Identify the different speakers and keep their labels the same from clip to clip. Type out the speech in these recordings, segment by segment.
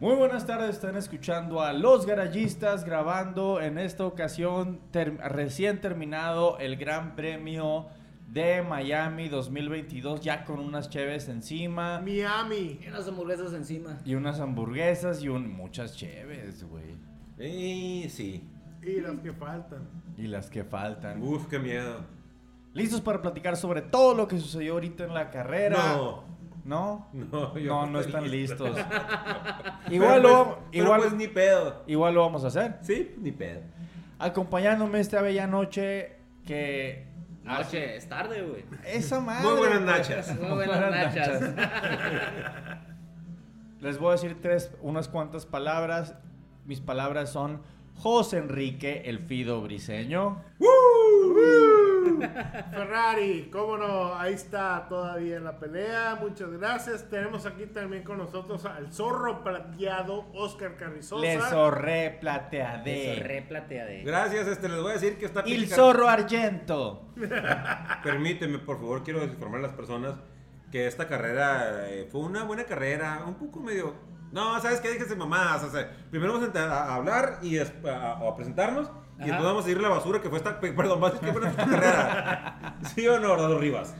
Speaker 1: Muy buenas tardes, están escuchando a Los Garayistas grabando en esta ocasión ter- recién terminado el Gran Premio de Miami 2022 ya con unas cheves encima
Speaker 2: Miami.
Speaker 3: Y unas hamburguesas encima.
Speaker 1: y unas hamburguesas y un- muchas cheves, güey.
Speaker 4: Eh, sí.
Speaker 2: Y las que faltan.
Speaker 1: Y las que faltan.
Speaker 4: Uf, qué miedo.
Speaker 1: ¿Listos para platicar sobre todo lo que sucedió ahorita en la carrera?
Speaker 4: No.
Speaker 1: ¿No?
Speaker 4: No, yo
Speaker 1: No, no
Speaker 4: estoy
Speaker 1: están
Speaker 4: listo.
Speaker 1: listos.
Speaker 4: Pero
Speaker 1: igual, lo,
Speaker 4: pues-
Speaker 1: vam-
Speaker 4: pero
Speaker 1: igual,
Speaker 4: pues ni pedo.
Speaker 1: igual lo vamos a hacer.
Speaker 4: Sí, ni pedo.
Speaker 1: Acompañándome esta bella noche que... Ah,
Speaker 5: Ah,
Speaker 3: Noche, es tarde, güey.
Speaker 1: Esa madre...
Speaker 4: Muy buenas
Speaker 1: güey.
Speaker 4: nachas.
Speaker 3: Muy buenas
Speaker 1: Buenas
Speaker 3: nachas.
Speaker 1: Les voy a decir tres, unas cuantas palabras. Mis palabras son José Enrique, el Fido Briseño.
Speaker 2: Ferrari, cómo no, ahí está todavía en la pelea. Muchas gracias. Tenemos aquí también con nosotros al zorro plateado Oscar Carrizosa.
Speaker 1: Le zorré plateadé.
Speaker 3: Eso, replateade.
Speaker 4: Gracias, este, les voy a decir que está
Speaker 1: Il
Speaker 4: picante.
Speaker 1: zorro argento.
Speaker 4: Permíteme, por favor, quiero informar a las personas que esta carrera eh, fue una buena carrera, un poco medio... No, ¿sabes qué? Déjense mamadas. o sea, primero vamos a, entrar a- a hablar y des- a, a- a presentarnos y
Speaker 3: Ajá.
Speaker 4: después vamos a ir la basura que fue esta... pe- Perdón, más que fue esta carrera. ¿Sí o no, Rodolfo Rivas?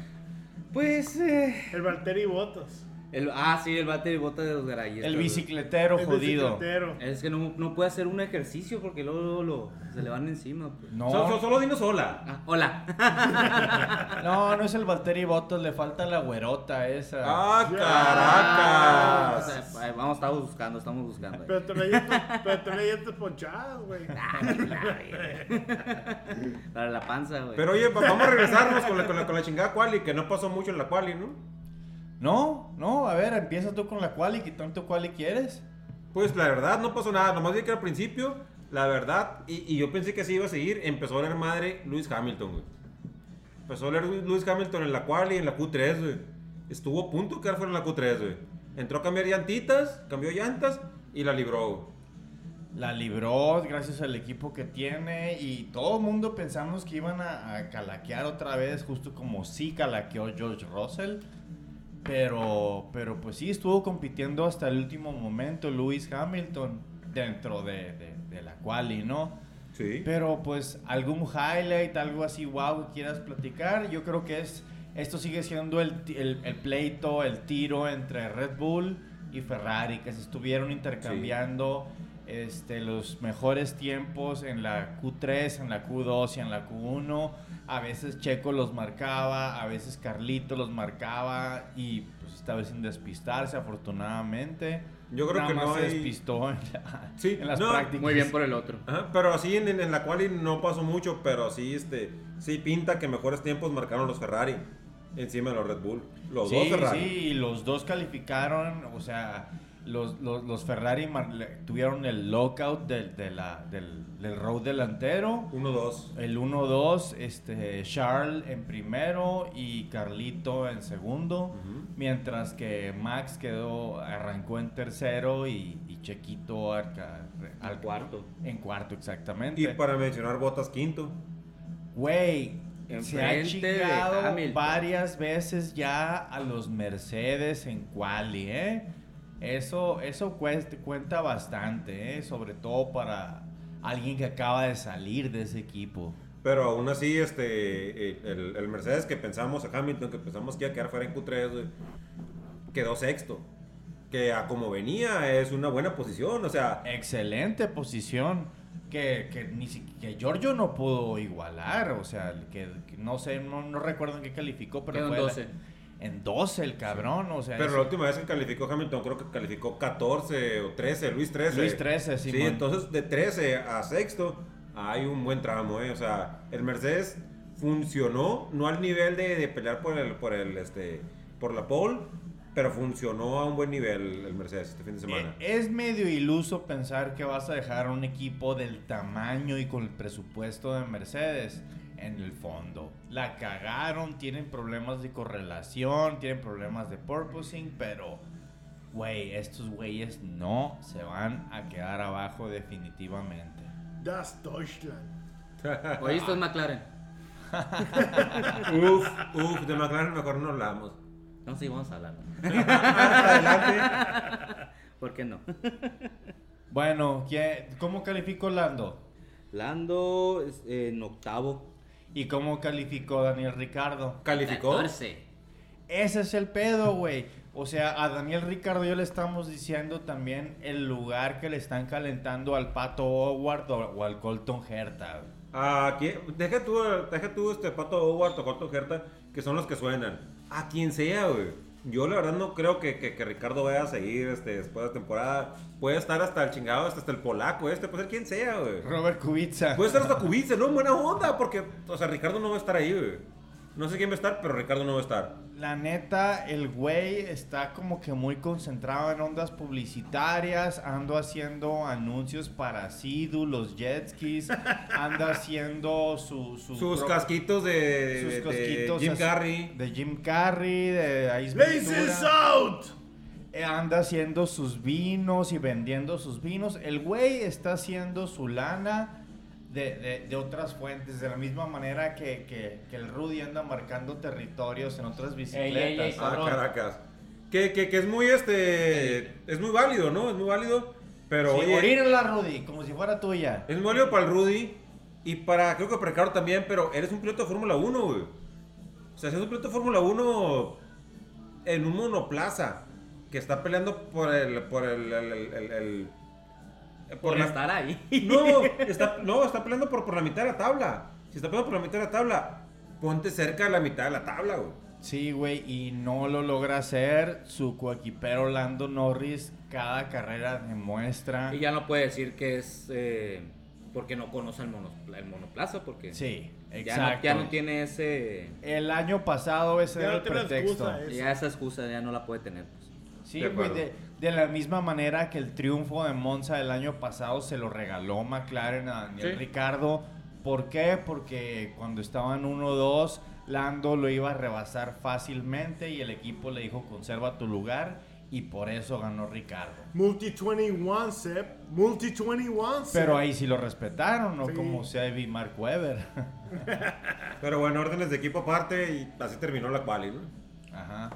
Speaker 3: Pues, eh.
Speaker 2: El Valtteri Botas.
Speaker 3: El, ah, sí, el bate de bota de los garayes.
Speaker 1: El bicicletero
Speaker 2: el
Speaker 1: jodido.
Speaker 2: bicicletero.
Speaker 3: Es que no, no puede hacer un ejercicio porque luego, luego lo- se le van encima. pues.
Speaker 1: No,
Speaker 4: Solo, solo dinos hola.
Speaker 3: Ah, hola.
Speaker 1: no, no es el Valtteri Bottas, le falta la güerota esa.
Speaker 4: ¡Ah,
Speaker 3: Ah,
Speaker 4: caracas!
Speaker 3: o sea, eh, vamos, estamos buscando, estamos buscando.
Speaker 2: Pero traía tu- pero traía tus ponchadas, güey.
Speaker 3: Para la panza, güey.
Speaker 4: Pero oye, va- vamos a regresarnos con la, con la, con la chingada quali, que no pasó mucho en la quali, ¿no?
Speaker 1: No, no, a ver, empieza tú con la quali, que tanto quali quieres.
Speaker 4: Pues la verdad, no pasó nada. Nomás vi que al principio, la verdad, y, y yo pensé que se iba a seguir, empezó a oler madre Lewis Hamilton, güey. Empezó a oler Lewis Hamilton en la quali, en la Q3, güey. Estuvo a punto de quedar fuera en la Q3, güey. Entró a cambiar llantitas, cambió llantas y la libró, güey.
Speaker 1: La libró gracias al equipo que tiene y todo el mundo pensamos que iban a, a calaquear otra vez, justo como sí calaqueó George Russell. Pero, pero pues sí, estuvo compitiendo hasta el último momento Lewis Hamilton dentro de, de, de la quali, ¿no?
Speaker 4: Sí.
Speaker 1: Pero pues algún highlight, algo así, wow, que quieras platicar. Yo creo que es esto sigue siendo el, ti- el- el pleito, el tiro entre Red Bull y Ferrari, que se estuvieron intercambiando este, los mejores tiempos en la Q3, en la Q2 y en la Q1. A veces Checo los marcaba, a veces Carlito los marcaba y pues esta vez sin despistarse, afortunadamente.
Speaker 4: Yo creo
Speaker 1: Nada
Speaker 4: que
Speaker 1: más
Speaker 4: no
Speaker 1: se
Speaker 4: hay-
Speaker 1: despistó en, la-
Speaker 4: Sí,
Speaker 1: en las
Speaker 4: no,
Speaker 1: prácticas.
Speaker 3: Muy bien por el otro.
Speaker 4: Ajá, pero así en, en- en la quali no pasó mucho, pero sí, este, sí pinta que mejores tiempos marcaron los Ferrari encima de los Red Bull. Los
Speaker 1: sí,
Speaker 4: dos Ferrari.
Speaker 1: Sí, y los dos calificaron, o sea, los, los, los Ferrari mar- le- tuvieron el lockout del, de la- del, del road delantero.
Speaker 4: Uno, dos.
Speaker 1: El 1-2, este, Charles en primero y Carlito en segundo, mientras que Max quedó, arrancó en tercero y, y Chequito arca- al
Speaker 3: cuarto.
Speaker 1: En cuarto, exactamente.
Speaker 4: Y para mencionar Botas quinto.
Speaker 1: Güey, se ha
Speaker 3: Enfrente de
Speaker 1: chingado
Speaker 3: Hamilton.
Speaker 1: varias veces ya a los Mercedes en quali, ¿eh? Eso, eso cuest- cuenta bastante, ¿eh? Sobre todo para alguien que acaba de salir de ese equipo.
Speaker 4: Pero aún así, este, eh, el, el Mercedes que pensamos, a Hamilton, que pensamos que iba a quedar fuera en Q3, güey, quedó sexto. Que a como venía es una buena posición, o sea,
Speaker 1: Excelente posición que, que ni si- que Giorgio no pudo igualar, o sea, que, que no sé, no, no recuerdo en qué calificó, pero
Speaker 3: Quedó en
Speaker 1: fue la-
Speaker 3: 12.
Speaker 1: en 12 el cabrón, o sea,
Speaker 4: Pero
Speaker 1: es-
Speaker 4: la última vez que calificó Hamilton, creo que calificó 14 o 13, Luis 13.
Speaker 1: Luis 13,
Speaker 4: sí.
Speaker 1: Simón.
Speaker 4: entonces de 13 a sexto hay un buen tramo, ¿eh? O sea, el Mercedes funcionó, no al nivel de, de pelear por el, por el, este, por la pole, pero funcionó a un buen nivel el Mercedes este fin de semana.
Speaker 1: Eh, Es medio iluso pensar que vas a dejar a un equipo del tamaño y con el presupuesto de Mercedes en el fondo. La cagaron, tienen problemas de correlación, tienen problemas de purposing, pero, güey, estos güeyes no se van a quedar abajo definitivamente.
Speaker 2: Das Deutschland.
Speaker 3: Oye, esto es McLaren.
Speaker 4: uf, uf, de McLaren mejor no hablamos.
Speaker 3: No, sí, vamos a hablar.
Speaker 4: Adelante.
Speaker 3: ¿Por qué no?
Speaker 1: Bueno, ¿qué- ¿cómo calificó Lando?
Speaker 3: Lando es- en octavo.
Speaker 1: ¿Y cómo calificó Daniel Ricardo?
Speaker 4: ¿Calificó?
Speaker 5: 14.
Speaker 1: Ese es el pedo, güey. O sea, a Daniel Ricardo ya le estamos diciendo también el lugar que le están calentando al Pato Howard o, o al Colton Herta. güey.
Speaker 4: ¿A quién? Deja tú, deja tú este Pato Howard o Corto Gerta, que son los que suenan. A quien sea, güey. Yo la verdad no creo que, que- que Ricardo vaya a seguir este, después de la temporada. Puede estar hasta el chingado, hasta, hasta el polaco este, puede ser quien sea, güey.
Speaker 1: Robert Kubica.
Speaker 4: Puede estar hasta Kubica, ¿no? Buena onda, porque, o sea, Ricardo no va a estar ahí, güey. No sé quién va a estar, pero Ricardo no va a estar.
Speaker 1: La neta, el güey está como que muy concentrado en ondas publicitarias, ando haciendo anuncios para Sidu, los jet skis, anda haciendo su, su
Speaker 4: Sus
Speaker 1: pro-
Speaker 4: casquitos de,
Speaker 1: Pues, sus
Speaker 4: de- de
Speaker 1: cosquitos
Speaker 4: Jim
Speaker 1: así-
Speaker 4: Carrey.
Speaker 1: De Jim Carrey, de Ice
Speaker 2: ¡Laces
Speaker 1: Ventura.
Speaker 2: out!
Speaker 1: Eh, Anda haciendo sus vinos y vendiendo sus vinos. El güey está haciendo su lana de, de- de otras fuentes, de la misma manera que, que- que el Rudy anda marcando territorios en otras bicicletas.
Speaker 5: ey, ey,
Speaker 4: Ah,
Speaker 5: cabrón.
Speaker 4: Caracas. Que, que, que es muy este. Es muy válido, ¿no? Es muy válido. Pero
Speaker 1: Sí,
Speaker 4: oye,
Speaker 1: orínala, Rudy, como si fuera tuya.
Speaker 4: es muy válido para el Rudy. Y para, creo que para Ricardo también, pero eres un piloto de Fórmula 1, güey. O sea, si eres un piloto de Fórmula 1 en un monoplaza que está peleando por el. por el. el- el- el- el- eh,
Speaker 5: Por
Speaker 4: la-
Speaker 5: estar ahí.
Speaker 4: No, está, no, está peleando por, por la mitad de la tabla. Si está peleando por la mitad de la tabla, ponte cerca de la mitad de la tabla, güey.
Speaker 1: Sí, güey, y no lo logra hacer. Su coequipero Lando Norris cada carrera demuestra.
Speaker 5: Y ya no puede decir que es eh, porque no conoce el, mono- el monoplaza, porque
Speaker 1: Sí,
Speaker 5: ya, no,
Speaker 1: exacto.
Speaker 5: ya no tiene ese...
Speaker 1: El año pasado ese
Speaker 2: Ya
Speaker 1: era
Speaker 2: no
Speaker 1: el
Speaker 2: tiene
Speaker 1: pretexto.
Speaker 2: excusa, eh. Eso.
Speaker 3: Ya esa excusa ya no la puede tener. pues.
Speaker 1: Sí,
Speaker 4: De
Speaker 1: güey,
Speaker 4: acuerdo.
Speaker 1: de, de la misma manera que el triunfo de Monza del año pasado se lo regaló McLaren a Daniel
Speaker 5: Sí.
Speaker 1: Ricardo. ¿Por qué? Porque cuando estaban 1-2, Lando lo iba a rebasar fácilmente y el equipo le dijo conserva tu lugar y por eso ganó Ricardo.
Speaker 2: Multi 21 Sep. Multi 21 Sep.
Speaker 1: Pero ahí sí lo respetaron, no
Speaker 2: Sí.
Speaker 1: como Sebi y Mark Webber.
Speaker 4: Pero bueno, órdenes de equipo aparte y así terminó la quali, ¿no?
Speaker 1: Ajá.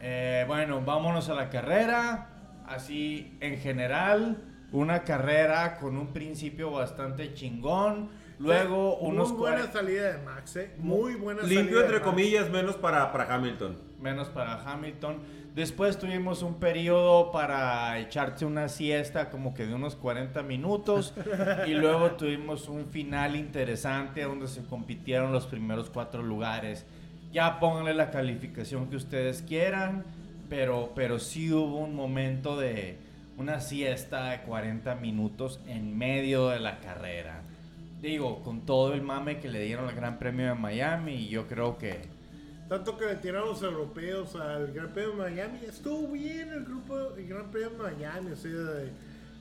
Speaker 1: Eh, bueno, vámonos a la carrera. Así, en general, una carrera con un principio bastante chingón. Luego, unos
Speaker 2: Muy buena
Speaker 1: cuare-
Speaker 2: salida de Max, eh. Muy buena salida.
Speaker 4: Limpio
Speaker 2: de
Speaker 4: entre
Speaker 2: Max.
Speaker 4: comillas, menos para, para Hamilton.
Speaker 1: menos para Hamilton. Después tuvimos un periodo para echarse una siesta como que de unos 40 minutos y luego tuvimos un final interesante donde se compitieron los primeros cuatro lugares. Ya pónganle la calificación que ustedes quieran, pero, pero sí hubo un momento de una siesta de 40 minutos en medio de la carrera. Digo, con todo el mame que le dieron al Gran Premio de Miami, y yo creo que
Speaker 2: Tanto que le tiraron los europeos al Gran Premio de Miami. Estuvo bien el grupo el Gran Premio de Miami. O sea, de,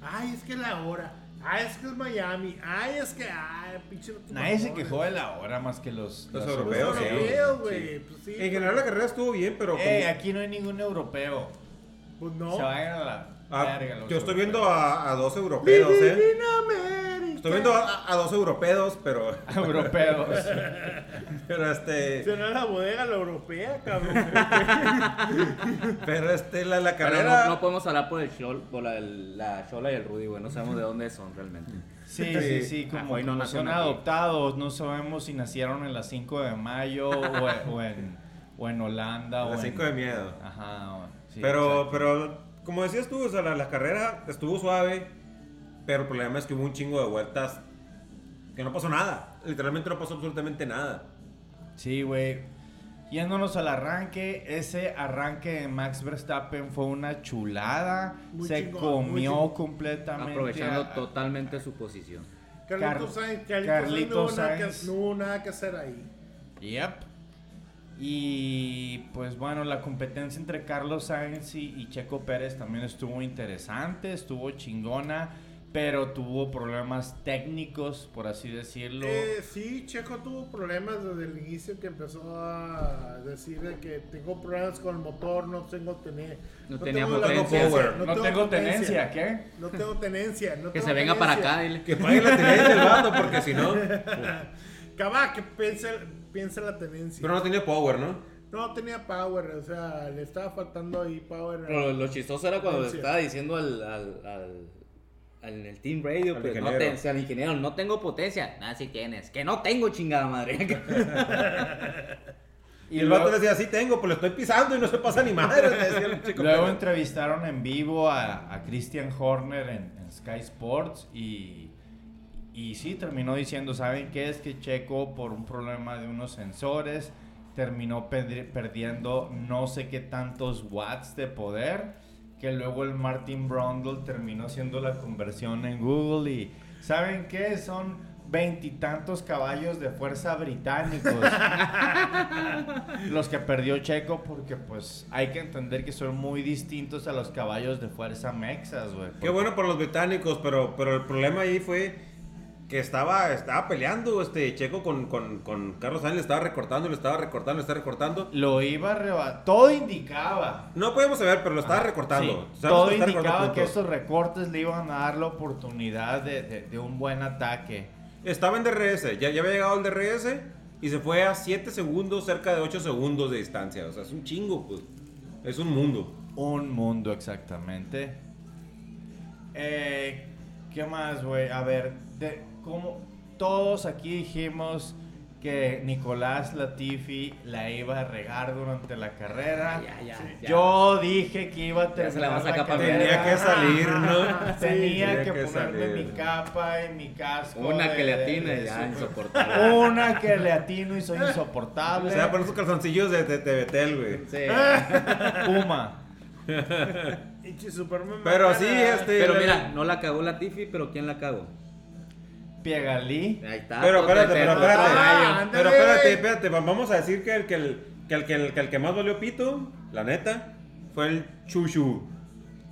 Speaker 2: ay, es que la hora. Ay, es que es Miami. Ay, es que. Ay, pinche.
Speaker 1: Nadie se
Speaker 2: mamones.
Speaker 1: quejó de la hora más que los,
Speaker 4: Los
Speaker 2: Los
Speaker 4: europeos, sí.
Speaker 2: europeos, güey. Pues sí.
Speaker 4: En general la carrera estuvo bien, pero... como-
Speaker 1: Eh, aquí no hay ningún europeo.
Speaker 2: Pues no.
Speaker 1: Se vayan a la
Speaker 4: Ah,
Speaker 1: verga los
Speaker 4: yo
Speaker 1: europeos.
Speaker 4: estoy viendo a, a dos europeos,
Speaker 2: Living
Speaker 4: ¿eh?
Speaker 2: in America.
Speaker 4: Estoy viendo a, a dos europeos, pero...
Speaker 1: europeos.
Speaker 4: Pero este...
Speaker 2: Será la bodega la europea, cabrón.
Speaker 4: Pero este, la, la
Speaker 3: Pero
Speaker 4: carrera...
Speaker 3: no, no podemos hablar por el Shol, por la, la Shola y el Rudy, güey. No sabemos de dónde son realmente.
Speaker 1: Sí, sí, sí.
Speaker 3: Ah,
Speaker 1: Como,
Speaker 3: hoy no
Speaker 1: como
Speaker 3: nacieron
Speaker 1: son
Speaker 3: aquí.
Speaker 1: adoptados, no sabemos si nacieron en la 5 de mayo o, en- o en, o en Holanda. o
Speaker 4: Las
Speaker 1: en-
Speaker 4: cinco de miedo.
Speaker 1: Ajá. o- Ah, sí,
Speaker 4: pero,
Speaker 1: exacto.
Speaker 4: pero, como decías tú, o sea, la, la carrera estuvo suave, pero el problema es que hubo un chingo de vueltas que no pasó nada. Literalmente no pasó absolutamente nada.
Speaker 1: Sí, güey. Yéndonos al arranque, ese arranque de Max Verstappen fue una chulada.
Speaker 2: Muy
Speaker 1: se
Speaker 2: chingón, muy
Speaker 1: comió
Speaker 2: chingón.
Speaker 1: completamente.
Speaker 3: Aprovechando
Speaker 1: a-
Speaker 3: totalmente su posición.
Speaker 2: Carlitos
Speaker 1: Car-
Speaker 2: Sainz, Carlitos,
Speaker 1: Carlitos
Speaker 2: Sainz no, hubo nada
Speaker 1: Sainz.
Speaker 2: que- no hubo nada que hacer ahí.
Speaker 1: Yep. Y pues bueno, la competencia entre Carlos Sainz y, y Checo Pérez también estuvo interesante, estuvo chingona, pero tuvo problemas técnicos, por así decirlo.
Speaker 2: Eh, sí, Checo tuvo problemas desde el inicio que empezó a decir de que tengo problemas con el motor, no tengo tener,
Speaker 3: No tenía
Speaker 2: tengo la
Speaker 3: potencia.
Speaker 2: potencia,
Speaker 1: no, tengo
Speaker 2: potencia,
Speaker 1: tenencia, ¿qué?
Speaker 2: No tengo tenencia. No
Speaker 3: Que
Speaker 2: tengo
Speaker 3: se venga para
Speaker 2: tenencia.
Speaker 3: acá, dile.
Speaker 4: Que pague la tenencia el vato, porque si no... Pero
Speaker 3: eh.
Speaker 2: Cabá, que piensa, piensa la tenencia.
Speaker 4: no tenía power, ¿no?
Speaker 2: No tenía power, o sea, le estaba faltando ahí power.
Speaker 5: Pero lo chistoso era cuando le
Speaker 2: Sí.
Speaker 5: estaba diciendo al, al, al, al- en el Team Radio,
Speaker 4: Al
Speaker 5: pues, no
Speaker 4: ingeniero.
Speaker 5: te- o sea, al ingeniero, no tengo potencia. Nada, sí tienes. Que no tengo chingada madre.
Speaker 4: Y el vato le decía, sí tengo, pues lo estoy pisando y no se pasa ni madre. le decía el chico.
Speaker 1: Luego entrevistaron en vivo a, a Christian Horner en, en Sky Sports y, y sí, terminó diciendo, ¿saben qué? Es que Checo por un problema de unos sensores terminó pedri- perdiendo no sé qué tantos watts de poder que luego el Martin Brundle terminó haciendo la conversión en Google y ¿saben qué? Son veintitantos caballos de fuerza británicos los que perdió Checo porque pues hay que entender que son muy distintos a los caballos de fuerza mexas, güey.
Speaker 4: Qué bueno por los británicos, pero, pero el problema ahí fue que estaba, estaba peleando este Checo con, con, con Carlos Sainz, le estaba recortando, le estaba recortando, le estaba recortando.
Speaker 1: Lo iba a reba- Todo indicaba.
Speaker 4: No podemos saber, pero lo estaba
Speaker 1: Ajá, sí.
Speaker 4: recortando. Sabemos que
Speaker 1: Todo
Speaker 4: lo estaba
Speaker 1: indicaba
Speaker 4: recortando
Speaker 1: que
Speaker 4: puntos.
Speaker 1: esos recortes le iban a dar la oportunidad de, de- de un buen ataque.
Speaker 4: Estaba en DRS, ya, ya había llegado el DRS y se fue a 7 segundos, cerca de 8 segundos de distancia. O sea, es un chingo, pues. Es un mundo.
Speaker 1: Un mundo exactamente. Eh, ¿Qué más, güey? A ver, de, ¿cómo? todos aquí dijimos que Nicolás Latifi la iba a regar durante la carrera.
Speaker 5: Ya, ya, ya.
Speaker 1: Yo dije que iba a terminar
Speaker 5: se la vas a capar.
Speaker 1: carrera.
Speaker 4: Tenía que salir, ¿no?
Speaker 1: Tenía que,
Speaker 4: tenía que
Speaker 1: ponerme
Speaker 4: salir.
Speaker 1: mi capa y mi casco.
Speaker 5: Una
Speaker 1: de-
Speaker 5: que le
Speaker 1: de-
Speaker 5: atine,
Speaker 1: de
Speaker 5: ya,
Speaker 1: super-
Speaker 5: insoportable.
Speaker 1: Una que le atino y soy
Speaker 4: O
Speaker 1: insoportable.
Speaker 4: sea, por esos calzoncillos de, de, de Betel, güey.
Speaker 5: Sí.
Speaker 2: Ah,
Speaker 1: Puma.
Speaker 2: Pinche Superman.
Speaker 4: Pero
Speaker 2: Macana.
Speaker 4: sí, este.
Speaker 3: Pero
Speaker 4: la-
Speaker 3: mira, no la cagó la Tiffy, pero ¿quién la cagó?
Speaker 1: Piegalí.
Speaker 5: Ahí está.
Speaker 4: Pero
Speaker 5: todo
Speaker 4: espérate, pero
Speaker 5: eterno,
Speaker 4: espérate.
Speaker 5: rayo.
Speaker 2: ándale,
Speaker 4: pero espérate,
Speaker 2: güey.
Speaker 4: espérate. va- Vamos a decir que el que, el, que, el, que, el, que el que más valió pito, la neta, fue el Chuchu.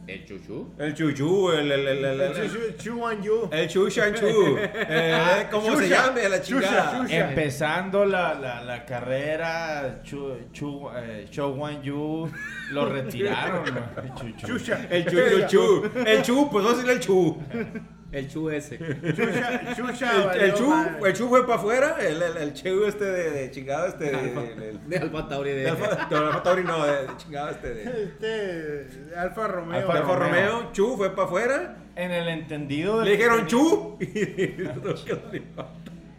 Speaker 5: El chuchu.
Speaker 4: El Chuchu, el. El, el, el, el,
Speaker 2: Chu- chu- Chu and you.
Speaker 4: el Chuchanchu. Eh, ¿Cómo se
Speaker 2: Ah, Chucha.
Speaker 4: llame? La chingada.
Speaker 2: Chucha, chucha.
Speaker 1: Empezando la, la, la carrera, Chu, Chu, eh, Cho Wan Yu lo retiraron. ¿no? Chu- Chu.
Speaker 2: Chucha.
Speaker 4: El Chu, el Chu. El Chu, pues vamos a decirle el Chu.
Speaker 3: El Chu ese.
Speaker 2: Chucha. Chucha.
Speaker 4: El, el
Speaker 2: valió
Speaker 4: Chu,
Speaker 2: madre.
Speaker 4: el Chu fue para afuera. El, el, el Chu este de, de chingado este de. de, de,
Speaker 5: De Alfa Tauri.
Speaker 4: de Alfa- no, Alfa Tauri no, de, de chingado este de. de
Speaker 2: Este. Alfa Romeo.
Speaker 1: Alfa
Speaker 4: Alfa
Speaker 1: Romeo.
Speaker 4: Romeo, Chu fue para afuera.
Speaker 1: En el entendido de
Speaker 4: Le
Speaker 1: que
Speaker 4: dijeron
Speaker 1: tenía-
Speaker 4: Chu.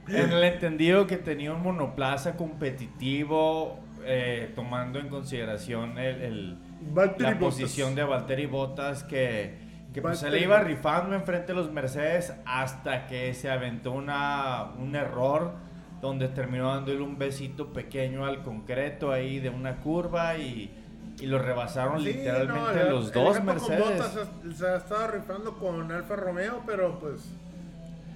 Speaker 4: Y-
Speaker 1: En el entendido que tenía un monoplaza competitivo, eh, tomando en consideración el, el-
Speaker 2: Valtteri
Speaker 1: la
Speaker 2: Bottas.
Speaker 1: posición de Valtteri Bottas, que, que pues, se le
Speaker 2: Valtteri
Speaker 1: iba
Speaker 2: Bottas.
Speaker 1: rifando enfrente de los Mercedes hasta que se aventó una, un error donde terminó dándole un besito pequeño al concreto ahí de una curva y, y lo rebasaron
Speaker 2: Sí, no,
Speaker 1: literalmente
Speaker 2: el-
Speaker 1: los dos
Speaker 2: el gato con botas
Speaker 1: Mercedes.
Speaker 2: se, se ha estado rifando con Alfa Romeo, pero pues.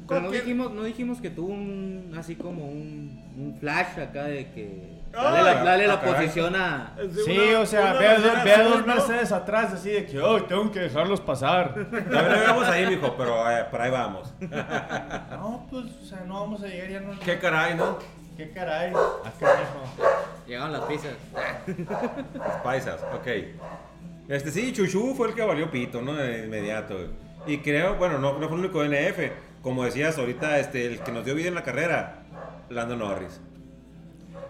Speaker 3: Pero no
Speaker 2: cualquier-
Speaker 3: dijimos, no dijimos que tuvo un, así como un, un flash acá de que...
Speaker 2: Ah,
Speaker 3: Dale la, dale la
Speaker 4: ah, caray.
Speaker 3: posición a...
Speaker 1: Sí,
Speaker 2: una-
Speaker 1: o sea,
Speaker 2: una
Speaker 1: ve a
Speaker 2: bandera
Speaker 1: dos, ve a
Speaker 2: azul,
Speaker 1: dos
Speaker 2: ¿no?
Speaker 1: Mercedes atrás, así de que, hoy tengo que dejarlos pasar.
Speaker 4: A ver, vamos ahí, mijo, pero eh, por ahí vamos.
Speaker 1: No, pues, o sea, no vamos a llegar ya no.
Speaker 4: Qué caray, ¿no?
Speaker 1: ¿Qué caray? Acá hijo.
Speaker 5: Llegaron las pizzas.
Speaker 4: Los paisas, ok. Este sí, Chuchu fue el que valió pito, ¿no? De inmediato. Y creo, bueno, no, no fue el único NF. Como decías ahorita, este, el que nos dio vida en la carrera, Lando Norris.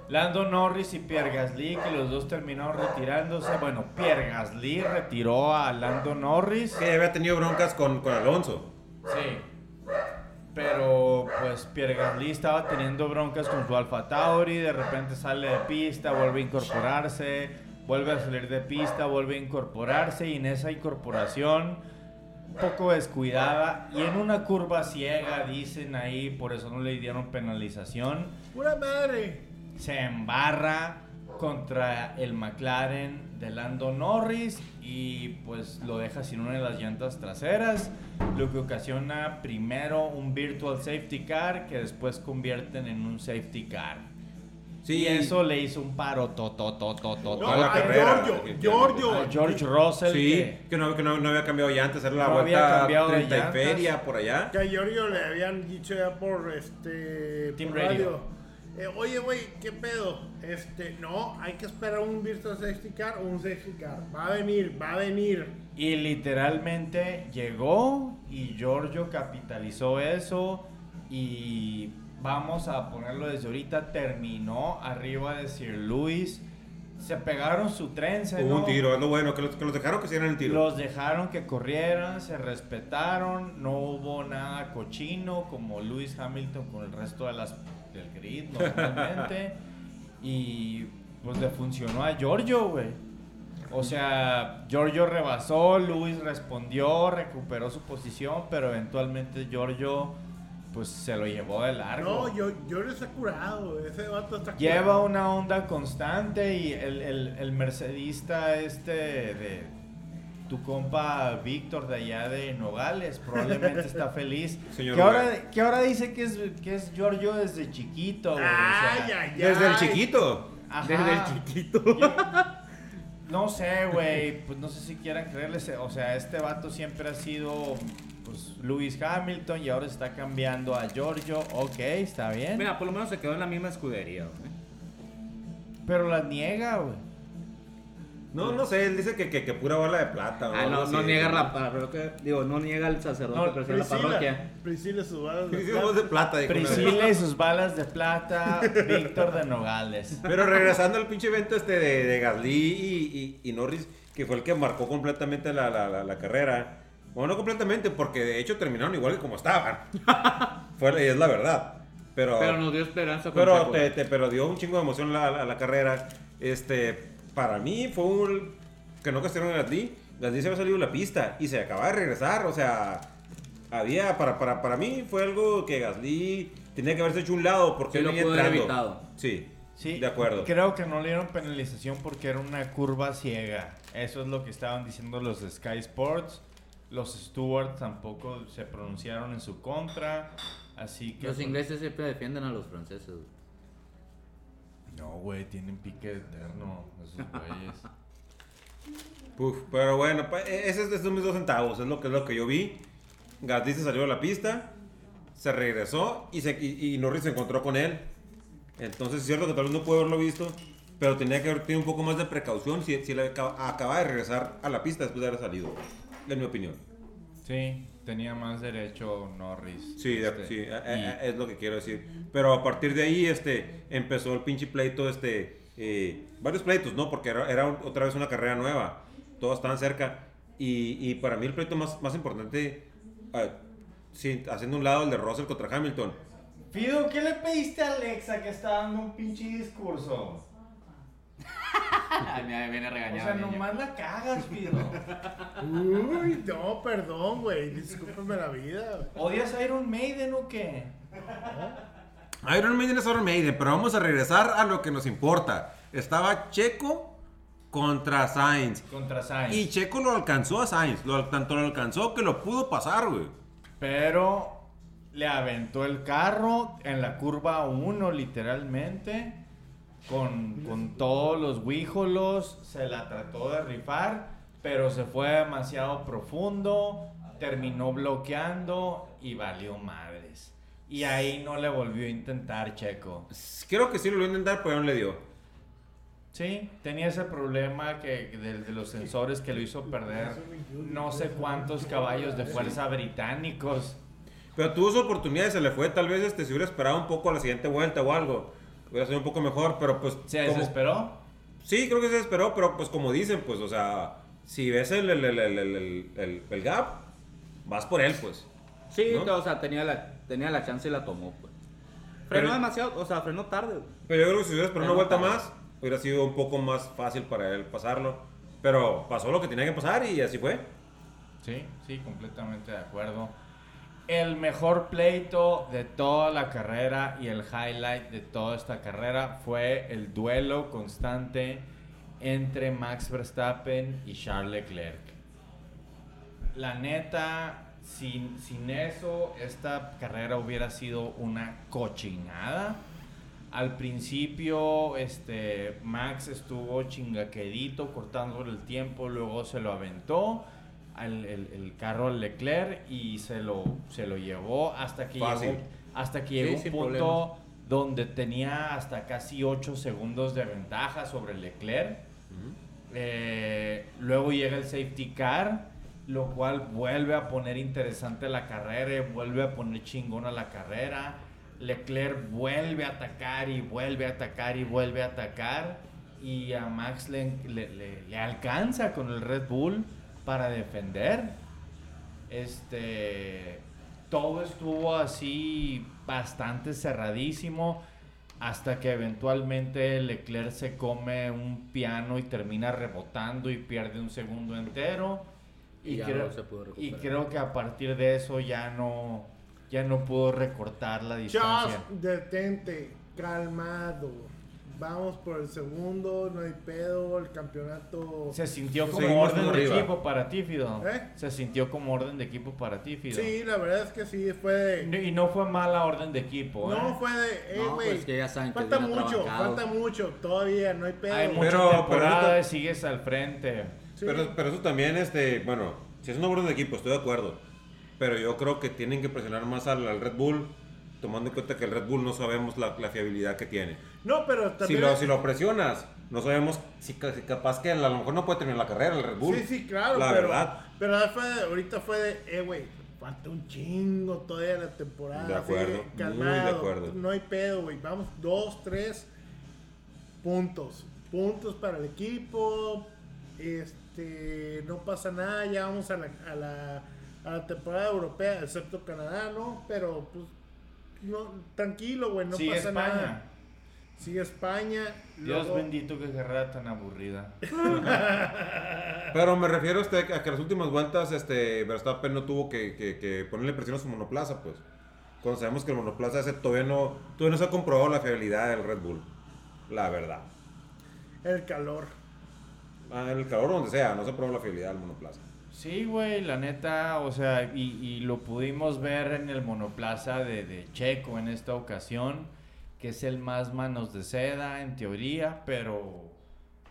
Speaker 1: Lando Norris y Pierre Gasly, que los dos terminaron retirándose. Bueno, Pierre Gasly retiró a Lando Norris.
Speaker 4: Que ya había tenido broncas con, con Alonso.
Speaker 1: Sí. Pero pues Pierre Gasly estaba teniendo broncas con su Alfa Tauri, de repente sale de pista, vuelve a incorporarse, vuelve a salir de pista, vuelve a incorporarse y en esa incorporación un poco descuidada y en una curva ciega dicen ahí, por eso no le dieron penalización,
Speaker 2: Pura madre.
Speaker 1: se embarra contra el McLaren de Lando Norris y pues lo deja sin una de las llantas traseras, lo que ocasiona primero un virtual safety car que después convierten en un safety car.
Speaker 4: Sí.
Speaker 1: y eso le hizo un paro totototototo
Speaker 2: No,
Speaker 4: Toda la
Speaker 2: a
Speaker 4: carrera,
Speaker 2: Giorgio,
Speaker 4: definitivamente.
Speaker 2: Giorgio.
Speaker 1: a George Russell.
Speaker 4: Sí,
Speaker 1: que-
Speaker 4: que no, que no, no había cambiado llantas, era la
Speaker 1: No había
Speaker 4: vuelta
Speaker 1: cambiado de
Speaker 4: 30 y
Speaker 1: llantas.
Speaker 4: feria por allá.
Speaker 2: Que a Giorgio le habían dicho ya por este.
Speaker 1: Team
Speaker 2: por
Speaker 1: Radio.
Speaker 2: Eh, oye, güey, ¿qué pedo? Este, no, hay que esperar un Virtual Safety Car o un Safety Car. Va a venir, va a venir.
Speaker 1: Y literalmente llegó y Giorgio capitalizó eso y vamos a ponerlo desde ahorita, terminó arriba de Sir Luis se pegaron su trenza.
Speaker 4: Hubo
Speaker 1: ¿no?
Speaker 4: un tiro, es lo bueno, que los, que los dejaron que hicieran el tiro.
Speaker 1: Los dejaron que corrieran, se respetaron, no hubo nada cochino como Lewis Hamilton con el resto de las, del grid normalmente. y pues le funcionó a Giorgio, güey. O sea, Giorgio rebasó, Lewis respondió, recuperó su posición, pero eventualmente Giorgio pues se lo llevó de largo.
Speaker 2: No, yo, yo les he curado. Ese vato está
Speaker 1: Lleva
Speaker 2: curado.
Speaker 1: una onda constante y el, el, el mercedista este de tu compa Víctor de allá de Nogales probablemente está feliz.
Speaker 4: Señor
Speaker 1: que, ahora,
Speaker 4: Nogales.
Speaker 1: que ahora dice que es, que es Giorgio desde chiquito. güey, o sea,
Speaker 2: Ay, ay,
Speaker 4: Desde el
Speaker 2: ay.
Speaker 4: chiquito.
Speaker 1: ajá.
Speaker 3: Desde el chiquito.
Speaker 1: Yo- No sé, güey, pues no sé si quieran creerles, o sea, este vato siempre ha sido pues Lewis Hamilton y ahora está cambiando a Giorgio, ok, está bien.
Speaker 5: Mira, por lo menos se quedó en la misma escudería, güey.
Speaker 1: Pero la niega, güey.
Speaker 4: No, no sé, él dice que, que, que pura bala de plata. o
Speaker 3: Ah,
Speaker 4: algo
Speaker 3: no,
Speaker 4: así.
Speaker 3: no niega la parroquia. Digo, no niega el sacerdote,
Speaker 1: No,
Speaker 3: pero sí la
Speaker 2: Priscila.
Speaker 3: parroquia.
Speaker 2: Priscila sus balas.
Speaker 4: Dice voz de plata, dijo una vez.
Speaker 1: Priscila y sus balas de plata, Víctor de Nogales.
Speaker 4: Pero regresando al pinche evento este de, de Gasly y, y- y Norris, que fue el que marcó completamente la, la- la- la carrera. Bueno, no completamente, porque de hecho terminaron igual que como estaban. fue, y es la verdad. Pero,
Speaker 5: Pero nos dio esperanza. con
Speaker 4: pero,
Speaker 5: Checo.
Speaker 4: te- te- pero dio un chingo de emoción la, la- la carrera. Este, para mí fue un... Que no castigaron a Gasly. Gasly se había salido de la pista y se acaba de regresar. O sea, había... Para, para, para mí fue algo que Gasly tenía que haberse hecho un lado porque
Speaker 5: Sí,
Speaker 4: él
Speaker 5: lo
Speaker 4: venía
Speaker 5: pudo haber
Speaker 4: entrando.
Speaker 5: evitado.
Speaker 4: Sí,
Speaker 1: Sí,
Speaker 4: de acuerdo.
Speaker 1: Creo que no le dieron penalización porque era una curva ciega. Eso es lo que estaban diciendo los de Sky Sports. Los Stewards tampoco se pronunciaron en su contra. Así que. pues,
Speaker 5: Los ingleses siempre defienden a los franceses, güey.
Speaker 1: No, güey, tienen pique eterno. Esos güeyes.
Speaker 4: Puf, pero bueno, pa- e- ese es de mis dos centavos, es lo que, es lo que yo vi. Gasly se salió de la pista, se regresó y, se, y, y Norris se encontró con él. Entonces es cierto que tal vez no pude haberlo visto, pero tenía que haber tenido un poco más de precaución si, si él acaba, acaba de regresar a la pista después de haber salido, en mi opinión.
Speaker 1: Sí, tenía más derecho Norris.
Speaker 4: Sí, de-
Speaker 1: Este,
Speaker 4: sí, eh, a- a-
Speaker 1: y-
Speaker 4: a- es lo que quiero decir. Pero a partir de ahí este, empezó el pinche pleito, este, eh, varios pleitos, ¿no? Porque era, era un- otra vez una carrera nueva, todos estaban cerca. Y, y para mí el pleito más, más importante, ah, sí, haciendo un lado el de Russell contra Hamilton.
Speaker 1: Fido, ¿qué le pediste a Alexa que está dando un pinche discurso?
Speaker 5: Ay, me viene
Speaker 1: O
Speaker 5: regañado.
Speaker 1: sea, nomás la cagas, Fido.
Speaker 2: Uy, no, perdón, güey. Discúlpame la vida. güey.
Speaker 1: ¿Odias a Iron Maiden o qué?
Speaker 4: Iron Maiden es Iron Maiden, pero vamos a regresar a lo que nos importa. Estaba Checo contra Sainz.
Speaker 1: Contra Sainz.
Speaker 4: Y Checo lo alcanzó a Sainz, lo, al- tanto lo alcanzó que lo pudo pasar, güey.
Speaker 1: Pero le aventó el carro en la curva 1, literalmente. Con, con todos los guíjolos. Se la trató de rifar. Pero se fue demasiado profundo. Terminó bloqueando. Y valió madres. Y ahí no le volvió a intentar Checo.
Speaker 4: Creo que sí lo iba a intentar, pero no le dio.
Speaker 1: Sí, tenía ese problema que de, de los sensores que lo hizo perder no sé cuántos caballos de fuerza británicos.
Speaker 4: Pero tuvo su oportunidad y se le fue. Tal vez este, si hubiera esperado un poco a la siguiente vuelta o algo, hubiera sido un poco mejor. Pero pues.
Speaker 1: Se
Speaker 4: como-
Speaker 1: desesperó.
Speaker 4: Sí, creo que se esperó, pero pues como dicen, pues, o sea, si ves el, el, el, el, el- el- el gap, vas por él, pues.
Speaker 3: Sí,
Speaker 4: ¿No?
Speaker 3: o sea, tenía la, tenía la chance y la tomó, pues. Frenó
Speaker 4: Pero-
Speaker 3: demasiado, o sea, frenó tarde, güey.
Speaker 4: Pero yo creo que si hubiera esperado una
Speaker 3: Pero
Speaker 4: vuelta
Speaker 3: no
Speaker 4: más, hubiera sido un poco más fácil para él pasarlo. Pero pasó lo que tenía que pasar y así fue.
Speaker 1: Sí, sí, completamente de acuerdo. El mejor pleito de toda la carrera y el highlight de toda esta carrera fue el duelo constante entre Max Verstappen y Charles Leclerc. La neta, sin, sin eso, esta carrera hubiera sido una cochinada. Al principio, este, Max estuvo chingaquedito, cortándole el tiempo, luego se lo aventó al el, el carro al Leclerc y se lo, se lo llevó hasta que
Speaker 4: Fácil.
Speaker 1: llegó, hasta que llegó
Speaker 5: Sí,
Speaker 1: un
Speaker 5: sin
Speaker 1: punto
Speaker 5: problemas.
Speaker 1: donde tenía hasta casi 8 segundos de ventaja sobre Leclerc. Eh, luego llega el safety car, lo cual vuelve a poner interesante la carrera, y vuelve a poner chingona la carrera. Leclerc vuelve a atacar y vuelve a atacar y vuelve a atacar. y a Max le, le- le- le alcanza con el Red Bull para defender. Este, todo estuvo así bastante cerradísimo hasta que eventualmente Leclerc se come un piano y termina rebotando y pierde un segundo entero.
Speaker 5: Y ya
Speaker 1: creo,
Speaker 5: no se pudo
Speaker 1: y
Speaker 5: recuperar.
Speaker 1: creo que a partir de eso ya no, ya no pudo recortar la distancia.
Speaker 2: Just detente, calmado. Vamos por el segundo, no hay pedo, el campeonato.
Speaker 1: Se sintió como
Speaker 4: Seguimos
Speaker 1: orden de
Speaker 4: por arriba.
Speaker 1: equipo para ti, Fido.
Speaker 2: ¿Eh?
Speaker 1: Se sintió como orden de equipo para ti, Fido.
Speaker 2: Sí, la verdad es que sí, fue
Speaker 1: No-
Speaker 2: de.
Speaker 1: Y no fue mala orden de equipo. ¿eh?
Speaker 2: No fue de. Eh,
Speaker 5: No,
Speaker 2: güey.
Speaker 5: pues que ya saben que
Speaker 2: falta
Speaker 5: viene
Speaker 2: mucho,
Speaker 5: atrabancado.
Speaker 2: falta mucho, todavía no hay pedo.
Speaker 1: Hay mucha
Speaker 4: Pero- pero
Speaker 1: temporada
Speaker 4: ahorita-
Speaker 1: y sigues al frente.
Speaker 2: Sí.
Speaker 4: Pero, pero eso también, este, bueno, si es un orden de equipo, estoy de acuerdo. Pero yo creo que tienen que presionar más al, al Red Bull, tomando en cuenta que el Red Bull no sabemos la, la fiabilidad que tiene.
Speaker 2: No, pero
Speaker 4: Si
Speaker 2: también.
Speaker 4: lo, si lo presionas, no sabemos si, ca- si capaz que a lo mejor no puede terminar la carrera el Red Bull.
Speaker 2: Sí, sí, claro,
Speaker 4: La
Speaker 2: pero,
Speaker 4: verdad.
Speaker 2: pero ahora fue de- ahorita fue de, eh, güey, falta un chingo todavía la temporada.
Speaker 4: De
Speaker 2: así,
Speaker 4: acuerdo,
Speaker 2: calmado,
Speaker 4: muy de acuerdo.
Speaker 2: No hay pedo, güey, vamos, dos, tres puntos, puntos para el equipo, este, no pasa nada, ya vamos a la, a la, a la temporada europea, excepto Canadá, ¿no? Pero, pues, no, tranquilo, güey, no
Speaker 1: Sigue
Speaker 2: pasa
Speaker 1: España.
Speaker 2: nada. Sigue España.
Speaker 1: Dios
Speaker 2: luego-
Speaker 1: bendito que carrera tan aburrida.
Speaker 4: Pero me refiero este, a que las últimas vueltas este, Verstappen no tuvo que, que- que ponerle presión a su monoplaza, pues. Cuando sabemos que el monoplaza ese todavía no, todavía no se ha comprobado la fiabilidad del Red Bull. La verdad.
Speaker 2: El calor.
Speaker 4: Ah, El calor donde sea, no se probó la fiabilidad del monoplaza.
Speaker 1: Sí, güey, la neta, o sea, y, y lo pudimos ver en el monoplaza de, de Checo en esta ocasión, que es el más manos de seda en teoría, pero,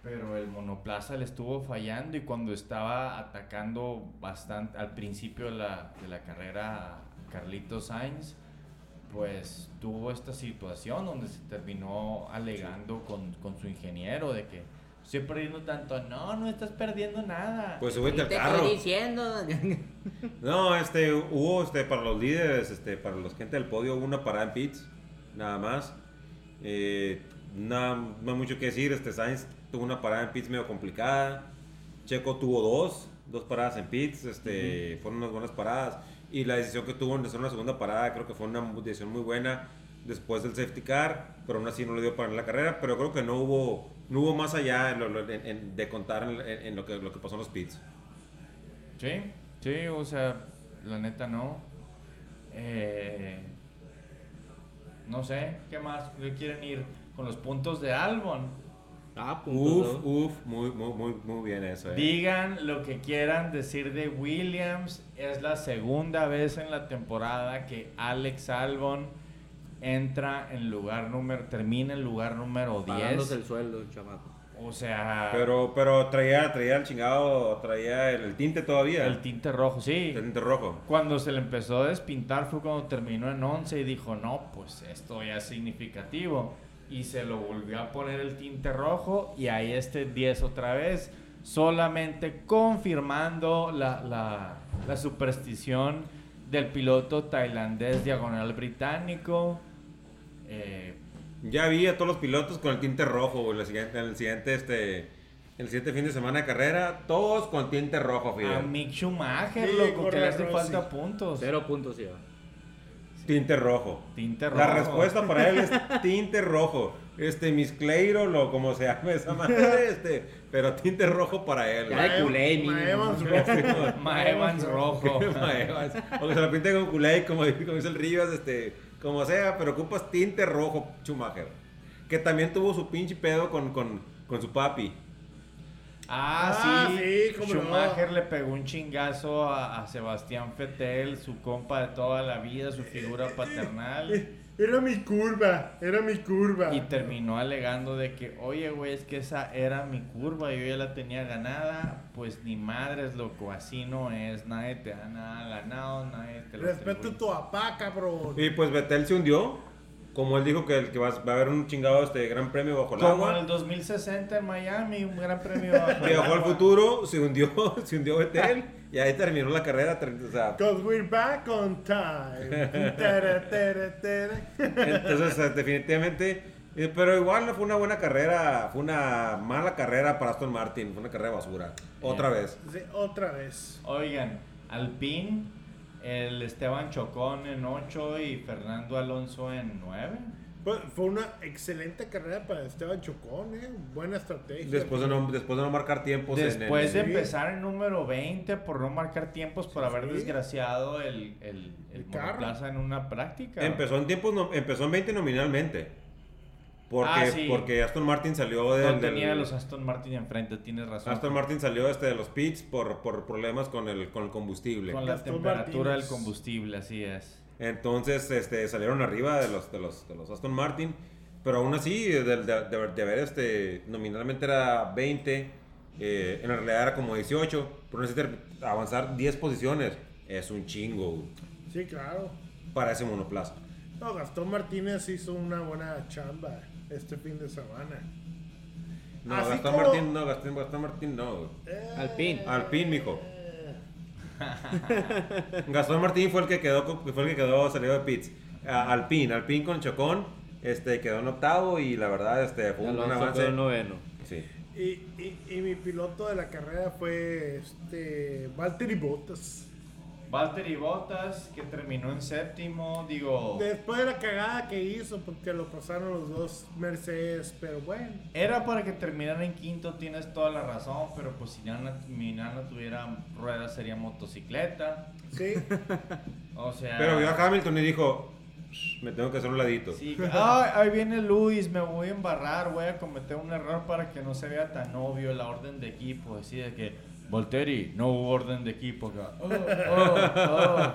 Speaker 1: pero el monoplaza le estuvo fallando y cuando estaba atacando bastante al principio de la, de la carrera a Carlitos Sainz, pues tuvo esta situación donde se terminó alegando con, con su ingeniero de que estoy perdiendo tanto, no, no estás perdiendo nada.
Speaker 4: Pues súbete
Speaker 5: ¿Qué
Speaker 4: al
Speaker 5: te
Speaker 4: carro.
Speaker 5: estoy diciendo?
Speaker 4: No, este, hubo este, para los líderes, este, para los gente del podio, hubo una parada en pits, nada más. Eh, na- no hay mucho que decir, este, Sainz tuvo una parada en pits medio complicada. Checo tuvo dos, dos paradas en pits, este, fueron unas buenas paradas. Y la decisión que tuvo en hacer una segunda parada, creo que fue una mu- decisión muy buena después del safety car, pero aún así no le dio para ganar la carrera, pero creo que no hubo, no hubo más allá en lo- lo- en- en- de contar en, en- en lo, que, lo que pasó en los pits.
Speaker 1: Sí, sí, o sea, la neta no. Eh, no sé, ¿qué más? ¿Qué quieren ir con los puntos de Albon?
Speaker 5: Ah,
Speaker 4: Uf,
Speaker 5: punto. ¿no?
Speaker 4: uf, muy, muy, muy, muy bien eso, eh.
Speaker 1: Digan lo que quieran decir de Williams. Es la segunda vez en la temporada que Alex Albon entra en lugar número, termina en lugar número
Speaker 5: Pagándose
Speaker 1: 10.
Speaker 5: el sueldo, chamaco.
Speaker 1: O sea,
Speaker 4: Pero, pero traía, traía el chingado, traía el, el tinte todavía.
Speaker 1: el
Speaker 4: El,
Speaker 1: tinte rojo, sí.
Speaker 4: tinte rojo.
Speaker 1: Cuando se le empezó a despintar fue cuando terminó en 11 y dijo, no, pues esto ya es significativo. Y se lo volvió a poner el tinte rojo y ahí este 10 otra vez, solamente confirmando la, la- la superstición del piloto tailandés diagonal británico. Eh,
Speaker 4: Ya vi a todos los pilotos con el tinte rojo, güey. la siguiente- En el siguiente, este, el siguiente fin de semana de carrera, todos con tinte rojo,
Speaker 1: a
Speaker 4: Fidel.
Speaker 1: Mick Schumacher,
Speaker 2: Sí,
Speaker 1: loco, que
Speaker 2: corre
Speaker 1: le
Speaker 2: a
Speaker 1: hace
Speaker 2: Rossi.
Speaker 1: falta puntos.
Speaker 5: Cero puntos iba.
Speaker 4: Tinte rojo.
Speaker 1: Tinte rojo.
Speaker 4: La respuesta para él es tinte rojo. Este, mis Cleiro, lo como se llama esa madre, este, pero tinte rojo para él.
Speaker 5: Ya
Speaker 4: güey.
Speaker 5: de culé, mínimo.
Speaker 2: Maemos rojo.
Speaker 1: Ma Evans rojo.
Speaker 4: Maevas. O que se la pinte con culé, como, como dice el Rivas, este, como sea, pero ocupas tinte rojo, Schumacher. Que también tuvo su pinche pedo con, con, con su papi.
Speaker 1: Ah,
Speaker 2: Ah,
Speaker 1: sí.
Speaker 2: sí, cómo no.
Speaker 1: Schumacher le pegó un chingazo a, a Sebastián Fettel, su compa de toda la vida, su figura paternal.
Speaker 2: Era mi curva, era mi curva.
Speaker 1: Y terminó alegando de que, oye, güey, es que esa era mi curva, yo ya la tenía ganada. Pues ni madres, loco, así no es. Nadie te da nada ganado, nadie te lo
Speaker 2: Respeto
Speaker 1: atribuye.
Speaker 2: a tu papá, cabrón.
Speaker 4: Y pues Betel se hundió. Como él dijo que, el, que va, a- va a haber un chingado este gran premio bajo el
Speaker 1: Como en el
Speaker 4: agua.
Speaker 1: 2060 en Miami, un gran premio. bajo el
Speaker 4: Viajó al
Speaker 1: agua.
Speaker 4: futuro, se hundió, se hundió Betel. Y ahí terminó la carrera. ter- o sea,
Speaker 2: Cause we're back on time. Tara, tara, tara.
Speaker 4: Entonces, eh, definitivamente, Eh, Pero igual no fue una buena carrera, fue una mala carrera para Aston Martin, fue una carrera basura. Otra vez.
Speaker 2: Sí, otra vez.
Speaker 1: Oigan, Alpine, el Esteban Chocón en 8 y Fernando Alonso en 9.
Speaker 2: Fue- Fue una excelente carrera para Esteban Chocón, ¿eh? Buena estrategia.
Speaker 4: Después de no, después de no marcar tiempos pues, en- en-
Speaker 1: Después de
Speaker 2: sí.
Speaker 1: empezar en número 20 por no marcar tiempos, por haber
Speaker 2: sí.
Speaker 1: desgraciado el, el, el
Speaker 2: El carro.
Speaker 1: monoplaza en una práctica.
Speaker 4: Empezó en tiempos, no- empezó en 20 nominalmente. Porque,
Speaker 1: Ah, sí.
Speaker 4: porque Aston Martin salió del,
Speaker 1: No tenía a
Speaker 4: del-
Speaker 1: los Aston Martin enfrente, tienes razón.
Speaker 4: Aston Martin salió este de los pits por, por problemas con el, con el combustible.
Speaker 1: Con la
Speaker 2: Aston
Speaker 1: temperatura
Speaker 2: Martínez.
Speaker 1: del combustible, así es.
Speaker 4: Entonces este, salieron arriba de los, de, los, de los Aston Martin, pero aún así, de, de, de- de ver, este, nominalmente era 20, eh, en realidad era como 18, pero necesitas avanzar 10 posiciones. Es un chingo güey,
Speaker 2: Sí, claro.
Speaker 4: para ese monoplaza.
Speaker 2: No, Gastón Martínez hizo una buena chamba este fin de semana.
Speaker 4: No,
Speaker 2: Así
Speaker 4: Gastón
Speaker 2: como- Eh,
Speaker 4: Martín, no, Gastón, Gastón Martín, no. güey.
Speaker 5: Alpine.
Speaker 4: Alpine, mijo. Gastón Martín fue el que quedó, co- fue el que quedó salido de pits. A- Alpine, Alpine con Chocón, este, quedó en octavo y la verdad, este, fue un buen
Speaker 5: Alonso
Speaker 4: avance.
Speaker 5: quedó noveno.
Speaker 4: Sí.
Speaker 2: Y, y- y mi piloto de la carrera fue este Valtteri Bottas.
Speaker 1: Valtteri Bottas, que terminó en séptimo, digo...
Speaker 2: Después de la cagada que hizo, porque lo pasaron los dos Mercedes, pero bueno.
Speaker 1: Era para que terminara en quinto, tienes toda la razón, pero pues si Nana, mi Nana tuviera ruedas sería motocicleta.
Speaker 2: Sí,
Speaker 1: O sea...
Speaker 4: Pero vio a Hamilton y dijo, me tengo que hacer un ladito.
Speaker 1: sí, que, "Ay, ahí viene Luis, me voy a embarrar, voy a cometer un error para que no se vea tan obvio la orden de equipo. Así de que, Volteri, no hubo orden de equipo acá. Oh, oh, oh.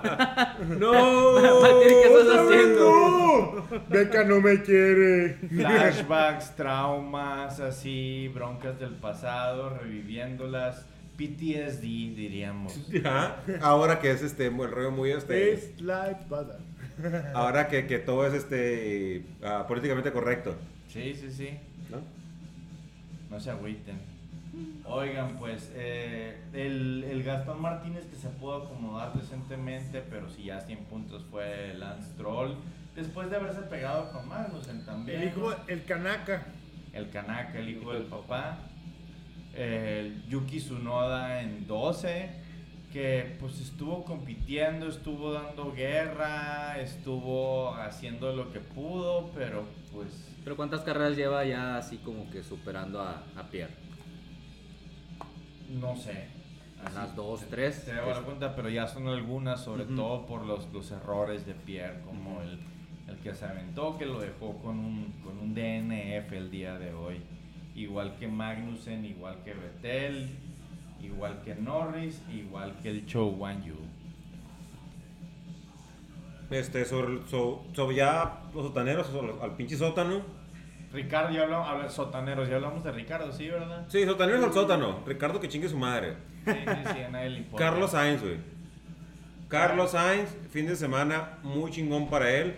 Speaker 4: ¡No!
Speaker 5: Valtteri, ¿qué estás haciendo?
Speaker 2: Beca no me quiere.
Speaker 1: flashbacks, traumas, así, broncas del pasado, reviviéndolas, PTSD diríamos.
Speaker 4: Ajá. Ahora que es este, el rollo muy este,
Speaker 2: Face like butter.
Speaker 4: ahora que, que todo es este, ah, políticamente correcto,
Speaker 1: Sí, sí, sí,
Speaker 4: ¿no?
Speaker 1: no se agüiten. Oigan, pues, eh, el, el Gastón Martínez que se pudo acomodar decentemente, pero si ya 100 puntos fue Lance Troll, después de haberse pegado con Magnussen también.
Speaker 2: El hijo, el canaca.
Speaker 1: el Kanaka, el hijo del papá. El Yuki Tsunoda en 12, que pues estuvo compitiendo, estuvo dando guerra, estuvo haciendo lo que pudo, pero pues
Speaker 5: Pero ¿cuántas carreras lleva ya así como que superando a, a Pierre?
Speaker 1: no sé.
Speaker 5: Unas dos, tres. Pues,
Speaker 1: Te debo la cuenta, pero ya son algunas, sobre todo por los, los errores de Pierre, como el, el que se aventó, que lo dejó con un, con un DNF el día de hoy. Igual que Magnussen, igual que Vettel, igual que Norris, igual que el Cho Wan Yu.
Speaker 4: Este, sobre, so- sobre ya los sotaneros, sobre los- al pinche sótano.
Speaker 1: Ricardo, ya hablamos, habla- sotaneros, ya hablamos de Ricardo, ¿sí, verdad?
Speaker 4: Sí, sotaneros al sótano. Ricardo que chingue su madre.
Speaker 1: Sí, sí, sí, a nadie le importa.
Speaker 4: Carlos Sainz, güey. Carlos Sainz, fin de semana muy chingón para él.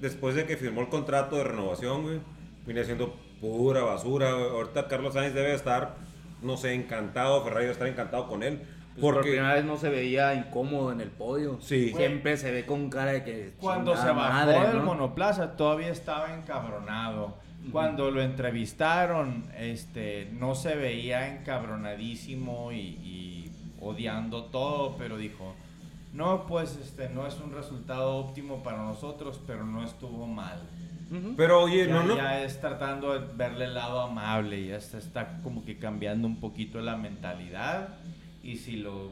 Speaker 4: Después de que firmó el contrato de renovación, güey. Viene haciendo pura basura, güey. Ahorita Carlos Sainz debe estar, no sé, encantado. Ferrari debe estar encantado con él.
Speaker 5: Pues por
Speaker 4: Porque.
Speaker 5: primera vez no se veía incómodo en el podio.
Speaker 4: Sí.
Speaker 5: Siempre se ve con cara de que.
Speaker 1: Cuando se
Speaker 5: chingada
Speaker 1: bajó
Speaker 5: madre,
Speaker 1: del
Speaker 5: ¿no?
Speaker 1: monoplaza todavía estaba encabronado. Cuando lo entrevistaron, este, no se veía encabronadísimo y, y odiando todo, pero dijo, no, pues este, no es un resultado óptimo para nosotros, pero no estuvo mal.
Speaker 5: Ujú.
Speaker 4: Pero oye,
Speaker 1: ya,
Speaker 4: no, no.
Speaker 1: ya es tratando de verle el lado amable, ya se está como que cambiando un poquito la mentalidad y si lo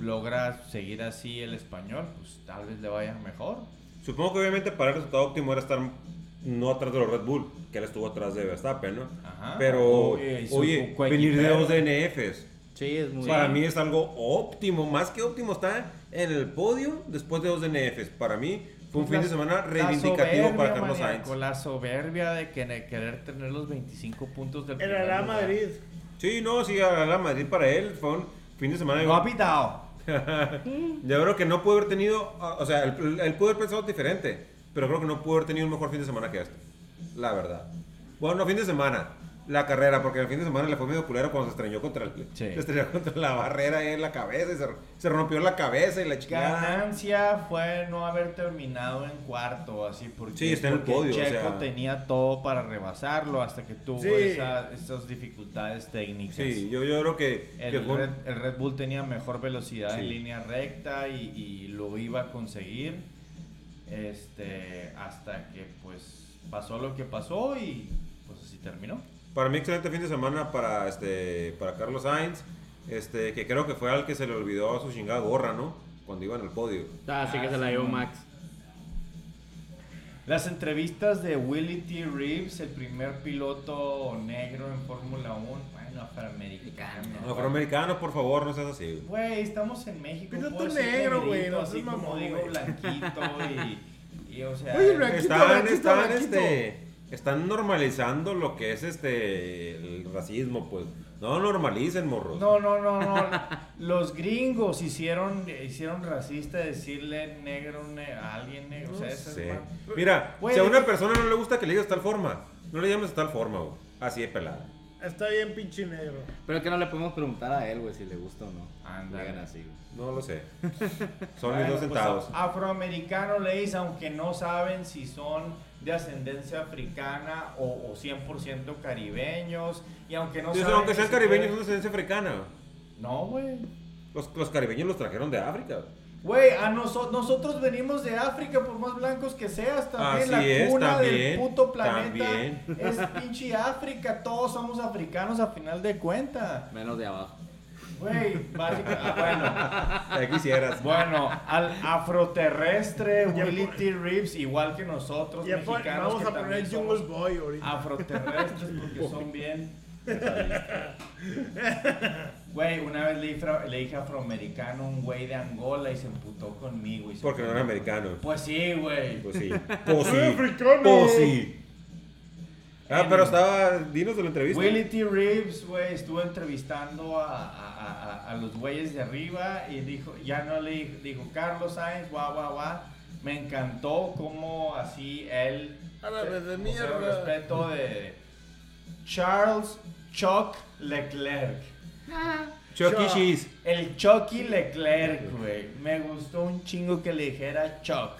Speaker 1: logra seguir así el español, pues tal vez le vaya mejor.
Speaker 4: Supongo que obviamente para el resultado óptimo era estar no atrás de los Red Bull, que él estuvo atrás de Verstappen, ¿no?
Speaker 1: Ajá.
Speaker 4: Pero,
Speaker 1: Oye, y su-
Speaker 4: oye,
Speaker 1: su
Speaker 4: venir de
Speaker 1: coequipero.
Speaker 4: dos DNFs.
Speaker 5: Sí, es muy.
Speaker 4: Para mí es algo óptimo, más que óptimo, está en el podio después de dos DNFs. Para mí fue un fin de semana
Speaker 1: La
Speaker 4: reivindicativo
Speaker 1: soberbia,
Speaker 4: para Carlos
Speaker 1: maníaco,
Speaker 4: Sainz.
Speaker 1: La soberbia de que de querer tener los 25 puntos del
Speaker 2: El
Speaker 1: primer
Speaker 2: Real
Speaker 1: lugar.
Speaker 2: Madrid.
Speaker 4: Sí, no, sí, a la Madrid para él fue un fin de semana.
Speaker 1: Lo ha pitado.
Speaker 4: Yo creo que no pudo haber tenido, ah, o sea, él, él pudo haber pensado diferente, pero creo que no pudo haber tenido un mejor fin de semana que este. La verdad. Bueno, no fin de semana, la carrera, porque el fin de semana le fue medio culero cuando se extrañó contra, el-
Speaker 1: Sí.
Speaker 4: se estrelló contra la barrera ahí en la cabeza y se, se rompió la cabeza y la chingada.
Speaker 1: Ganancia fue no haber terminado en cuarto, así porque,
Speaker 4: Sí, está en el
Speaker 1: porque
Speaker 4: podio, o
Speaker 1: Checo
Speaker 4: sea.
Speaker 1: tenía todo para rebasarlo hasta que tuvo
Speaker 2: Sí.
Speaker 1: esa- esas dificultades técnicas.
Speaker 4: Sí, yo, yo creo que, que
Speaker 1: El
Speaker 4: fue-
Speaker 1: Red, el Red Bull tenía mejor velocidad
Speaker 4: Sí.
Speaker 1: en línea recta y, y lo iba a conseguir este, hasta que pues pasó lo que pasó y pues así terminó.
Speaker 4: para mí excelente fin de semana para este para Carlos Sainz, este que creo que fue al que se le olvidó su chingada gorra, ¿no? Cuando iba en el podio.
Speaker 5: Ah, sí que se la llevó Max.
Speaker 1: Las entrevistas de Willie T. Reeves, el primer piloto negro en Fórmula 1, bueno, afroamericano.
Speaker 4: No, afroamericano, por favor, no seas así. güey.
Speaker 1: Güey, estamos en México.
Speaker 2: Piloto
Speaker 1: puedo decir
Speaker 2: negro, güey,
Speaker 1: negrito,
Speaker 2: no
Speaker 1: así
Speaker 2: seas
Speaker 1: como
Speaker 2: mamón,
Speaker 1: digo,
Speaker 2: güey.
Speaker 1: blanquito y, y, o sea...
Speaker 2: Oye, blanquito,
Speaker 4: Están,
Speaker 2: blanquito,
Speaker 4: están,
Speaker 2: blanquito.
Speaker 4: este, están normalizando lo que es este el racismo, pues. No normalicen, morros.
Speaker 1: No, no, no, no. Los gringos hicieron, hicieron racista decirle negro ne- a alguien negro. O sea, eso es
Speaker 4: Sí.
Speaker 1: mal.
Speaker 4: Mira,
Speaker 1: Güey,
Speaker 4: si a
Speaker 1: de-
Speaker 4: una persona no le gusta que le digas tal forma, no le llames de tal forma, güey. Así de pelada.
Speaker 2: Está bien pinche negro.
Speaker 5: Pero es que no le podemos preguntar a él, güey, si le gusta o no.
Speaker 1: Ándale.
Speaker 5: Digan así, güey.
Speaker 4: No lo sé. Son mis
Speaker 1: Bueno,
Speaker 4: dos
Speaker 1: pues,
Speaker 4: centavos.
Speaker 1: afroamericano le dice, aunque no saben si son de ascendencia africana o, o 100% caribeños. Y aunque no
Speaker 4: Dice,
Speaker 1: saben
Speaker 4: aunque
Speaker 1: que
Speaker 4: sean
Speaker 1: se
Speaker 4: caribeños,
Speaker 1: puede-
Speaker 4: son de ascendencia africana.
Speaker 1: No, güey.
Speaker 4: Los, los caribeños los trajeron de África. güey.
Speaker 1: Güey, a noso- nosotros venimos de África, por más blancos que seas, también
Speaker 4: Así
Speaker 1: la
Speaker 4: es,
Speaker 1: cuna del
Speaker 4: también,
Speaker 1: puto planeta
Speaker 4: también.
Speaker 1: es pinche África, todos somos africanos a final de cuentas.
Speaker 5: Menos de abajo.
Speaker 1: Güey, básica- ah,
Speaker 4: Ya quisieras.
Speaker 1: bueno, bueno, al afroterrestre Willy T. Reeves, igual que nosotros,
Speaker 2: Ya pon-
Speaker 1: mexicanos,
Speaker 2: vamos
Speaker 1: que
Speaker 2: a poner
Speaker 1: también
Speaker 2: el Jungle
Speaker 1: somos Ah.
Speaker 2: Boy ahorita.
Speaker 1: afroterrestres porque son bien. Güey, una vez le, dije fra- le dije afroamericano a un güey de Angola y se emputó conmigo. Y se
Speaker 4: Porque no era
Speaker 1: ofendió.
Speaker 4: americano.
Speaker 1: Pues sí, güey.
Speaker 4: Pues sí. Pues
Speaker 2: Soy
Speaker 4: sí.
Speaker 2: africano.
Speaker 4: Pues sí. Ah, pero estaba. Dinos de la entrevista.
Speaker 1: Willie T. Reeves, güey, estuvo entrevistando a, a- a- a los güeyes de arriba y dijo, ya no le dijo, dijo, Carlos Sainz, guau, guau, guau. Me encantó cómo así él. eh,
Speaker 2: A la vez de
Speaker 1: con
Speaker 2: mierda.
Speaker 1: cero respeto de Charles Chuck Leclerc.
Speaker 4: Chucky
Speaker 2: Chuck.
Speaker 4: Cheese.
Speaker 1: El Chucky Leclerc, güey. Me gustó un chingo que le dijera Chuck.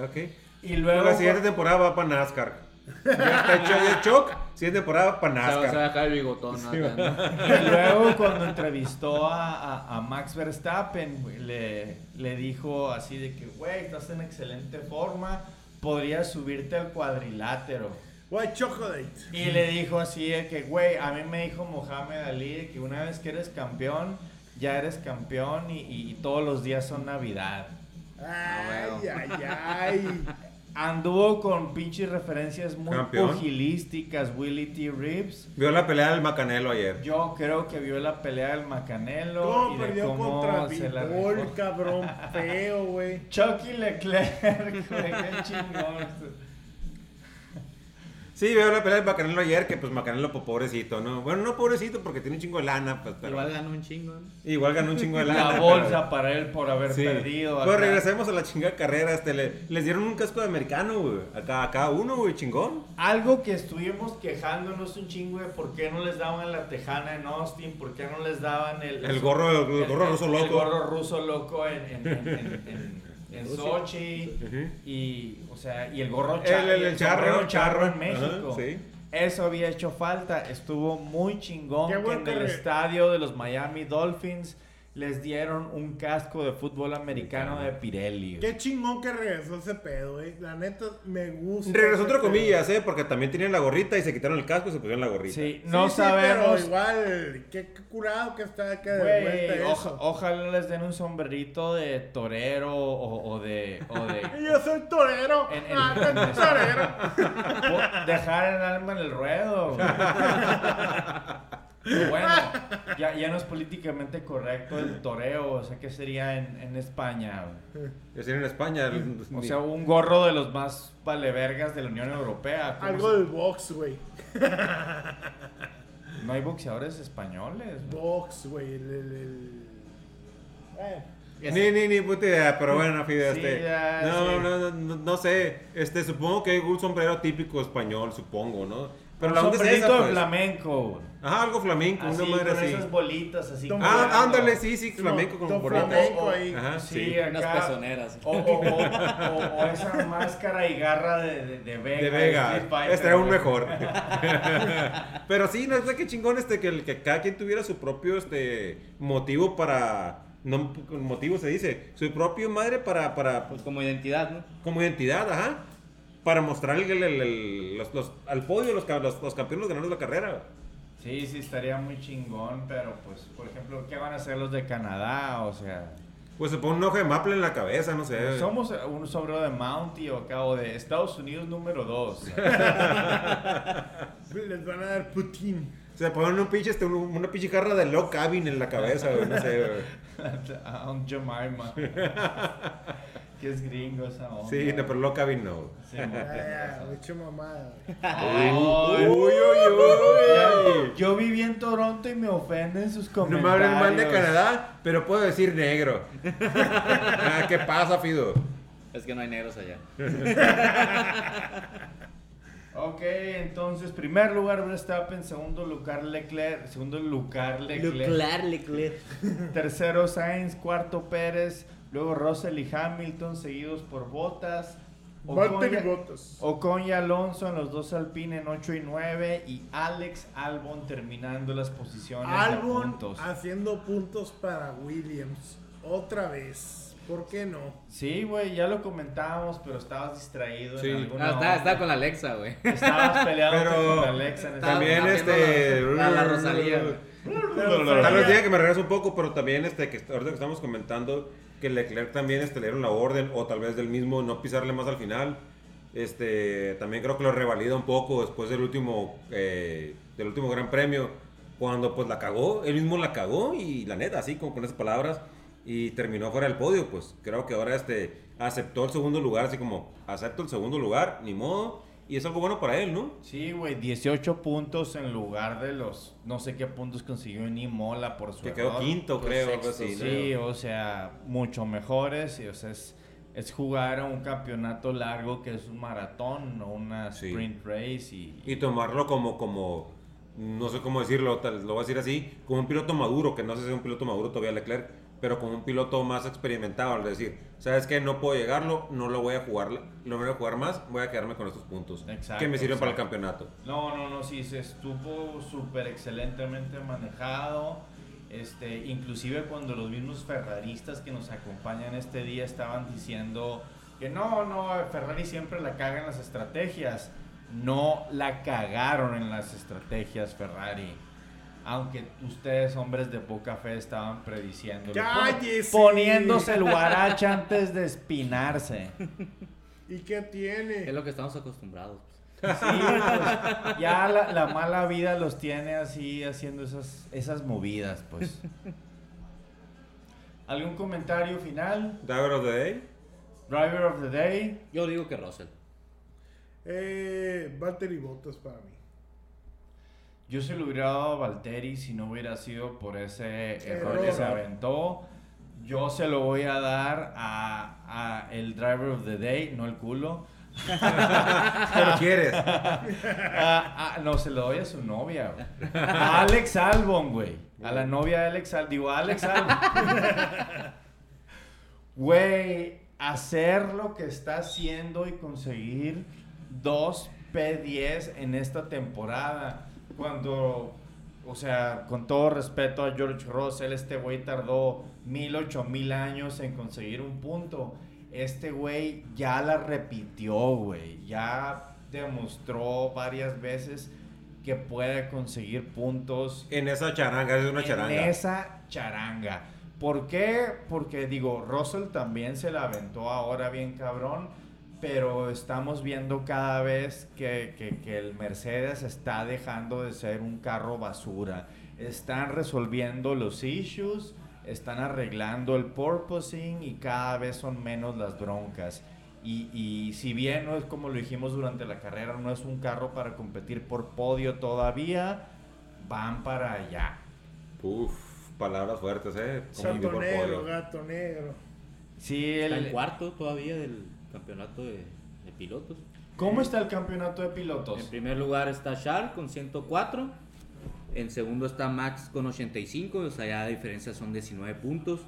Speaker 4: Ok.
Speaker 1: Y luego. pues,
Speaker 4: la siguiente temporada va para NASCAR. Ya está hecho ya Chuck. Siguiente temporada para
Speaker 5: Se va se va
Speaker 4: NASCAR.
Speaker 5: a dejar el bigotón. ¿no?
Speaker 1: Y luego cuando entrevistó a, a- a Max Verstappen, güey, le, le dijo así de que, güey, estás en excelente forma, podrías subirte al cuadrilátero.
Speaker 2: White Chocolate.
Speaker 1: Y le dijo así de que, güey, a mí me dijo Mohamed Ali de que una vez que eres campeón, ya eres campeón y, y- y todos los días son Navidad. Ah,
Speaker 2: Ay, ay, ay.
Speaker 1: Anduvo con pinches referencias muy
Speaker 4: Campeón.
Speaker 1: pugilísticas, Willie T. Reeves.
Speaker 4: Vio la pelea del Macanelo ayer.
Speaker 1: Yo creo que vio la pelea del Macanelo.
Speaker 2: ¿Cómo
Speaker 1: y de
Speaker 2: perdió
Speaker 1: cómo
Speaker 2: contra
Speaker 1: se la
Speaker 2: Bigol,
Speaker 1: rifó.
Speaker 2: cabrón? Feo, güey.
Speaker 1: Chucky Leclerc, güey, qué chingón.
Speaker 4: Sí, vio la pelea del Macanelo ayer, que pues Macanelo, pues pobrecito, ¿no? Bueno, no pobrecito porque tiene un chingo de lana, pues, pero.
Speaker 5: Igual ganó un chingo, ¿no?
Speaker 4: Igual ganó un chingo de lana.
Speaker 1: La
Speaker 4: pero-
Speaker 1: bolsa para él por haber
Speaker 4: Sí.
Speaker 1: perdido.
Speaker 4: Pero
Speaker 1: acá.
Speaker 4: regresemos a la chingada carrera. Este, le- les dieron un casco de americano, güey. A cada, a cada uno, güey, chingón.
Speaker 1: Algo que estuvimos quejándonos un chingo de por qué no les daban la tejana en Austin, por qué no les daban el,
Speaker 4: El gorro, el, gorro
Speaker 1: el-
Speaker 4: ruso
Speaker 1: el
Speaker 4: loco.
Speaker 1: gorro ruso loco en, en, en, en- en- en Sochi. Y, o sea, y el gorro cha-
Speaker 4: El- el-
Speaker 1: y
Speaker 4: el charro,
Speaker 1: sombrero charro en
Speaker 4: ajá,
Speaker 1: México.
Speaker 4: sí.
Speaker 1: Eso había hecho falta. Estuvo muy chingón
Speaker 2: Qué
Speaker 1: que
Speaker 2: buen
Speaker 1: en el
Speaker 2: carrera.
Speaker 1: estadio de los Miami Dolphins les dieron un casco de fútbol americano de Pirelli.
Speaker 2: Qué chingón que regresó ese pedo, eh. La neta, me gusta.
Speaker 4: Regresó
Speaker 2: ese
Speaker 4: entre
Speaker 2: pedo.
Speaker 4: comillas, ¿eh? Porque también tenían la gorrita y se quitaron el casco y se pusieron la gorrita.
Speaker 1: Sí,
Speaker 2: Sí,
Speaker 1: no
Speaker 2: sí,
Speaker 1: sabemos.
Speaker 2: Pero igual, qué, qué curado que está acá de
Speaker 1: Güey,
Speaker 2: vuelta
Speaker 1: oja-
Speaker 2: eso.
Speaker 1: ojalá les den un sombrerito de torero o, o de... O de
Speaker 2: Y Yo soy torero.
Speaker 1: En- en-
Speaker 2: Ah, soy torero.
Speaker 1: po- dejar el alma en el ruedo. güey. Pero bueno, ya, ya no es políticamente correcto el toreo, o sea, ¿qué sería en, en España? güey?
Speaker 4: Es decir, en España.
Speaker 1: O sea, un gorro de los más valevergas de la Unión Europea. ¿cómo
Speaker 2: Algo
Speaker 1: se-
Speaker 2: del box, güey.
Speaker 1: No hay boxeadores españoles. güey.
Speaker 2: Box, güey. El, el, el... Eh,
Speaker 4: Ni, ni, ni puta idea, pero bueno, Fide,
Speaker 1: Sí,
Speaker 4: este,
Speaker 1: ya,
Speaker 4: no,
Speaker 1: sí.
Speaker 4: no, no, no, no sé, este, supongo que hay un sombrero típico español, supongo, ¿no? Pero
Speaker 1: Un
Speaker 4: la onda es
Speaker 1: sombrerito
Speaker 4: esa,
Speaker 1: de
Speaker 4: pues.
Speaker 1: flamenco, güey.
Speaker 4: Ajá, algo flamenco,
Speaker 1: Así,
Speaker 4: una madre
Speaker 1: con
Speaker 4: así.
Speaker 1: esas bolitas así.
Speaker 2: Ah,
Speaker 4: Ah,
Speaker 1: colgando.
Speaker 4: ándale, sí, sí, flamenco
Speaker 2: Don
Speaker 4: con bolitas.
Speaker 2: flamenco ahí.
Speaker 4: Ajá,
Speaker 1: Sí,
Speaker 4: sí.
Speaker 1: acá.
Speaker 5: Unas pezoneras.
Speaker 1: O, o- o- o- o esa máscara y garra de, de, de Vega.
Speaker 4: De
Speaker 1: de
Speaker 4: Vega,
Speaker 1: Street Fighter,
Speaker 4: este era un
Speaker 1: güey.
Speaker 4: mejor. Pero sí, no sé qué chingón este que, el- que cada quien tuviera su propio este motivo para no motivo se dice, su propio madre para para
Speaker 5: Pues como identidad, ¿no?
Speaker 4: como identidad, ajá, para mostrar el, el- el- los- los- al podio los, ca- los, los campeones ganadores de la carrera.
Speaker 1: Sí, sí, estaría muy chingón, pero pues, por ejemplo, ¿qué van a hacer los de Canadá? O sea,
Speaker 4: Pues se pone un ojo de maple en la cabeza, no sé.
Speaker 1: somos un sobrero de Mountie o acá, o de Estados Unidos número 2.
Speaker 2: Les van a dar Putin.
Speaker 4: Se ponen un pinche, este, un- una pinche jarra de Log Cabin en la cabeza, güey, no sé, güey.
Speaker 1: Aunt Jemima. que es gringo esa onda.
Speaker 4: Sí, no, pero Log Cabin no.
Speaker 1: Sí, mo-
Speaker 2: Ah, ya, mucha mamada.
Speaker 1: Ay,
Speaker 4: Uy, uy, uy.
Speaker 1: ya, Yo viví en Toronto y me ofenden sus
Speaker 4: No
Speaker 1: comentarios.
Speaker 4: me hablen mal de Canadá, pero puedo decir negro. Ah, ¿Qué pasa, Fido?
Speaker 5: Es que no hay negros allá.
Speaker 1: Ok, entonces, primer lugar Verstappen, segundo lugar Leclerc, segundo lugar Leclerc,
Speaker 5: Leclerc.
Speaker 1: tercero Sainz, cuarto Pérez, luego Russell y Hamilton, seguidos por Bottas.
Speaker 2: Walter y
Speaker 1: ya-
Speaker 2: Bottas.
Speaker 1: Ocon y Alonso en los dos Alpine en 8 y 9 y Alex Albon terminando las posiciones de
Speaker 2: Albon
Speaker 1: puntos.
Speaker 2: haciendo puntos para Williams. Otra vez. ¿Por qué no?
Speaker 1: Sí, güey, ya lo comentábamos, pero estabas distraído
Speaker 4: Sí. Ah,
Speaker 1: en
Speaker 5: No,
Speaker 1: alguna
Speaker 5: Ah, está,
Speaker 1: onda.
Speaker 5: está con la Alexa, güey.
Speaker 1: Estabas
Speaker 4: Pero
Speaker 1: peleando con Alexa en ese
Speaker 4: También
Speaker 5: haciendo
Speaker 4: este.
Speaker 5: la- la Rosalía, güey.
Speaker 4: Tal vez diga que me regreso un poco, pero también este, que ahorita que estamos comentando que Leclerc también este, le dieron la orden, o tal vez del mismo no pisarle más al final. Este, también creo que lo revalida un poco después del último, eh, del último Gran Premio, cuando pues la cagó, él mismo la cagó y la neta, así con, con esas palabras, y terminó fuera del podio, pues creo que ahora este, aceptó el segundo lugar, así como acepto el segundo lugar, ni modo, y es algo bueno para él, ¿no?
Speaker 1: Sí, güey, 18 puntos en lugar de los no sé qué puntos consiguió ni Mola por su
Speaker 4: Que quedó
Speaker 1: error.
Speaker 4: quinto,
Speaker 5: pues,
Speaker 4: creo, algo
Speaker 5: sexto,
Speaker 4: así. ¿no?
Speaker 1: Sí, o sea, mucho mejores. Y, o sea, es, es jugar a un campeonato largo que es un maratón, no una
Speaker 4: Sí.
Speaker 1: sprint race. Y,
Speaker 4: y tomarlo como, como, no sé cómo decirlo, tal, lo voy a decir así, como un piloto maduro, que no sé si es un piloto maduro todavía Leclerc, pero como un piloto más experimentado, al decir, sabes que no puedo llegarlo, no lo voy a jugar, no voy a jugar más, voy a quedarme con estos puntos,
Speaker 1: Exacto,
Speaker 4: que me sirven para el
Speaker 1: exacto.
Speaker 4: campeonato.
Speaker 1: No, no, no, sí, se estuvo súper excelentemente manejado. Este, inclusive cuando los mismos ferraristas que nos acompañan este día estaban diciendo que no, no, Ferrari siempre la caga en las estrategias. No la cagaron en las estrategias Ferrari. Aunque ustedes, hombres de poca fe, estaban prediciendo.
Speaker 2: ¡Cállese!
Speaker 1: Poniéndose el guaracha antes de espinarse.
Speaker 2: ¿Y qué tiene?
Speaker 5: Es lo que estamos acostumbrados.
Speaker 1: Sí, pues, ya la, la mala vida los tiene así haciendo esas, esas movidas, pues. ¿Algún comentario final?
Speaker 4: Driver of the Day,
Speaker 1: Driver of the Day.
Speaker 5: Yo digo que Russell.
Speaker 2: Eh, Valtteri Bottas para mí.
Speaker 1: Yo se lo hubiera dado a Valtteri si no hubiera sido por ese error que
Speaker 2: Error.
Speaker 1: se aventó. Yo se lo voy a dar a, a el Driver of the Day, no el culo.
Speaker 4: ¿qué lo quieres?
Speaker 1: Ah, ah, no, se lo doy a su novia, güey. A Alex Albon, güey. A la novia de Alex Albon. Digo, a Alex Albon. Güey, hacer lo que está haciendo y conseguir dos P10 en esta temporada. Cuando, o sea, con todo respeto a George Russell, este güey tardó mil, ocho mil años en conseguir un punto. Este güey ya la repitió, güey. Ya demostró varias veces que puede conseguir puntos
Speaker 4: En esa charanga, es una charanga.
Speaker 1: en esa charanga. ¿Por qué? Porque digo, Russell también se la aventó ahora bien cabrón, pero estamos viendo cada vez que, que- que el Mercedes está dejando de ser un carro basura. Están resolviendo los issues, están arreglando el porpoising y cada vez son menos las broncas. Y, y si bien no es como lo dijimos durante la carrera, no es un carro para competir por podio todavía, van para allá.
Speaker 4: Uf, palabras fuertes, ¿eh? Como mi
Speaker 2: Santo
Speaker 4: mejor
Speaker 2: negro,
Speaker 4: pollo.
Speaker 2: gato negro.
Speaker 1: Sí,
Speaker 5: Está
Speaker 1: el,
Speaker 5: en cuarto todavía del campeonato de, de pilotos.
Speaker 1: ¿Cómo está el campeonato de pilotos?
Speaker 5: En primer lugar está Charles con 104. En segundo está Max con 85. O sea, ya la diferencia son 19 puntos.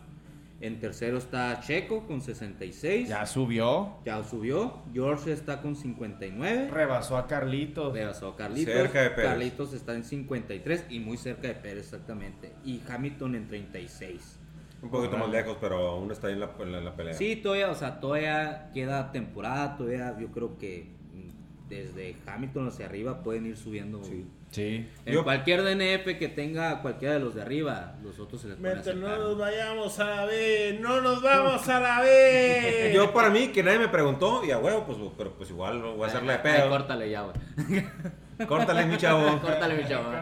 Speaker 5: En tercero está Checo con 66.
Speaker 1: Ya subió.
Speaker 5: Ya subió. George está con 59.
Speaker 1: Rebasó a Carlitos.
Speaker 5: Rebasó a Carlitos.
Speaker 4: Cerca de Pérez.
Speaker 5: Carlitos está en 53 y muy cerca de Pérez, exactamente. Y Hamilton en 36.
Speaker 4: Un poquito más lejos, pero aún está ahí en la, en la- en la pelea.
Speaker 5: Sí, todavía, o sea, todavía queda temporada, todavía yo creo que mm, desde Hamilton hacia arriba pueden ir subiendo.
Speaker 1: Sí.
Speaker 5: En
Speaker 4: Yo-
Speaker 5: cualquier DNF que tenga cualquiera de los de arriba, los otros se les pueden
Speaker 2: Mientras no
Speaker 5: acercar.
Speaker 2: nos vayamos a la B, no nos vamos a la B.
Speaker 4: Yo para mí, que nadie me preguntó, y a huevo, pues, pero pues igual no voy a hacerle de
Speaker 5: Ay,
Speaker 4: pedo.
Speaker 5: Córtale ya, güey.
Speaker 4: Córtale, mi chavo.
Speaker 5: Córtale, mi chavo.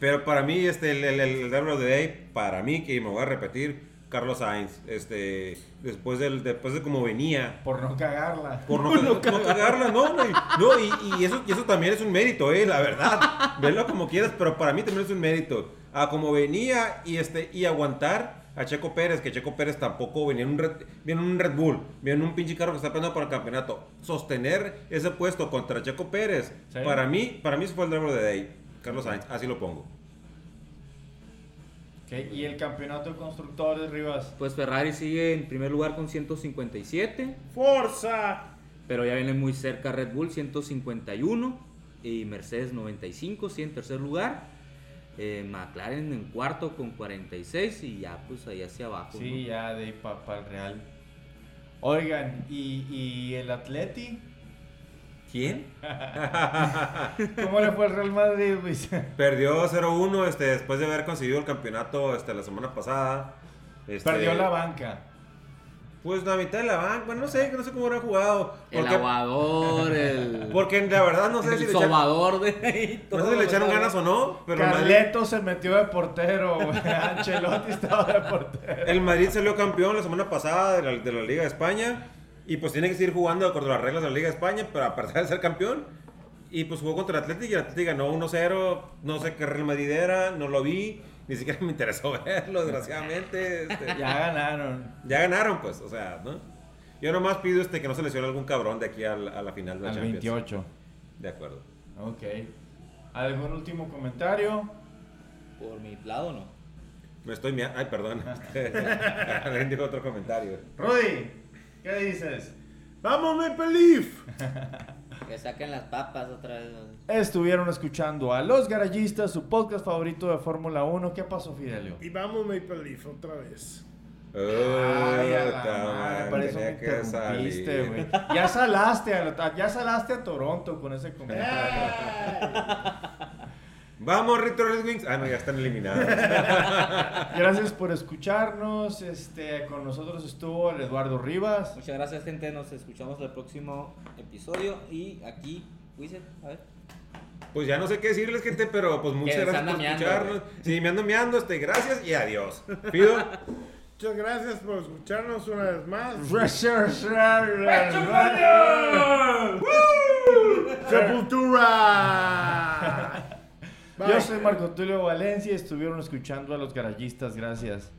Speaker 4: Pero para mí, este, el, el, el Driver of the Day, para mí, que me voy a repetir, Carlos Sainz, este, después del, después de cómo venía,
Speaker 1: Por no cagarla.
Speaker 4: por no, no cagarla, no, güey. No, y, y eso, y eso también es un mérito, eh, la verdad. Velo como quieras, pero para mí también es un mérito. A como venía y este, y aguantar a Checo Pérez, que Checo Pérez tampoco venía en un Red, viene en un Red Bull, viene en un pinche carro que está peleando para el campeonato. Sostener ese puesto contra Checo Pérez,
Speaker 1: Sí.
Speaker 4: para mí, para mí eso fue el Driver of the Day. Carlos Sainz, así lo pongo.
Speaker 1: Ok, Y el campeonato de constructores, Rivas.
Speaker 5: Pues Ferrari sigue en primer lugar con 157,
Speaker 2: Forza.
Speaker 5: pero ya viene muy cerca Red Bull 151 y Mercedes 95, sí en tercer lugar. Eh, McLaren en cuarto con 46 y ya pues ahí hacia abajo.
Speaker 1: Sí,
Speaker 5: ¿no?
Speaker 1: ya de ahí para el Real. Oigan, ¿y, y el Atleti?
Speaker 5: ¿Quién?
Speaker 1: ¿Cómo le fue al Real Madrid, Luis?
Speaker 4: Perdió 0-1 este, después de haber conseguido el campeonato este, la semana pasada. Este,
Speaker 1: Perdió la banca.
Speaker 4: Pues la mitad de la banca. Bueno, no sé, no sé cómo habrá jugado.
Speaker 5: El
Speaker 4: Porque,
Speaker 5: aguador, el,
Speaker 4: porque la verdad no sé
Speaker 5: el
Speaker 4: si le echaron,
Speaker 5: sobador de ahí.
Speaker 4: no sé
Speaker 5: todo,
Speaker 4: si le echaron
Speaker 5: ¿no?
Speaker 4: ganas o no. Pero el Madrid,
Speaker 1: Carleto se metió de portero, güey. Ancelotti estaba de portero.
Speaker 4: el Madrid salió campeón la semana pasada de la, de la Liga de España. Y pues tiene que seguir jugando de acuerdo a las reglas de la Liga de España para a pesar de ser campeón. Y pues jugó contra el Atlético y el Atlético ganó 1-0. No sé qué Real Madrid era, no lo vi. Ni siquiera me interesó verlo, desgraciadamente. este.
Speaker 1: Ya ganaron.
Speaker 4: Ya ganaron, pues, o sea, ¿no? Yo nomás pido este que no se lesione algún cabrón de aquí al- a la, final de la
Speaker 1: Al
Speaker 4: Champions.
Speaker 1: 28.
Speaker 4: De acuerdo.
Speaker 1: Ok. ¿Algún último comentario?
Speaker 5: Por mi lado no.
Speaker 4: Me estoy mia- Ay, perdón.
Speaker 1: Ah.
Speaker 4: Alguien dijo otro comentario.
Speaker 1: Rudy, ¿qué dices?
Speaker 2: Vamos, Maple Leaf.
Speaker 5: Que saquen las papas otra vez.
Speaker 1: Estuvieron escuchando a Los Garayistas, su podcast favorito de Fórmula 1. ¿Qué pasó, Fidelio?
Speaker 2: Y vamos, Maple Leaf, otra vez.
Speaker 1: Ay, a la
Speaker 4: Puta
Speaker 1: madre,
Speaker 4: madre,
Speaker 1: para eso me
Speaker 4: Oh, tenía que
Speaker 1: interrumpiste,
Speaker 4: salir.
Speaker 1: güey. Ya salaste, a, ya salaste a Toronto con ese comentario.
Speaker 4: Vamos, Retro Red Wings. Ah, no, ya están eliminados.
Speaker 1: Gracias por escucharnos. Este, con nosotros estuvo el Eduardo Rivas.
Speaker 5: Muchas gracias, gente. Nos escuchamos en el próximo episodio. Y aquí, Wizard, a ver.
Speaker 4: Pues ya no sé qué decirles, gente, pero pues muchas
Speaker 5: Que
Speaker 4: gracias
Speaker 5: están
Speaker 4: por
Speaker 5: meando,
Speaker 4: escucharnos. Sí, me ando meando, este, gracias y adiós. Pido.
Speaker 2: Muchas gracias por escucharnos una vez más. Sepultura.
Speaker 1: Yo soy Marco Tulio Valencia y estuvieron escuchando a los garayistas. Gracias.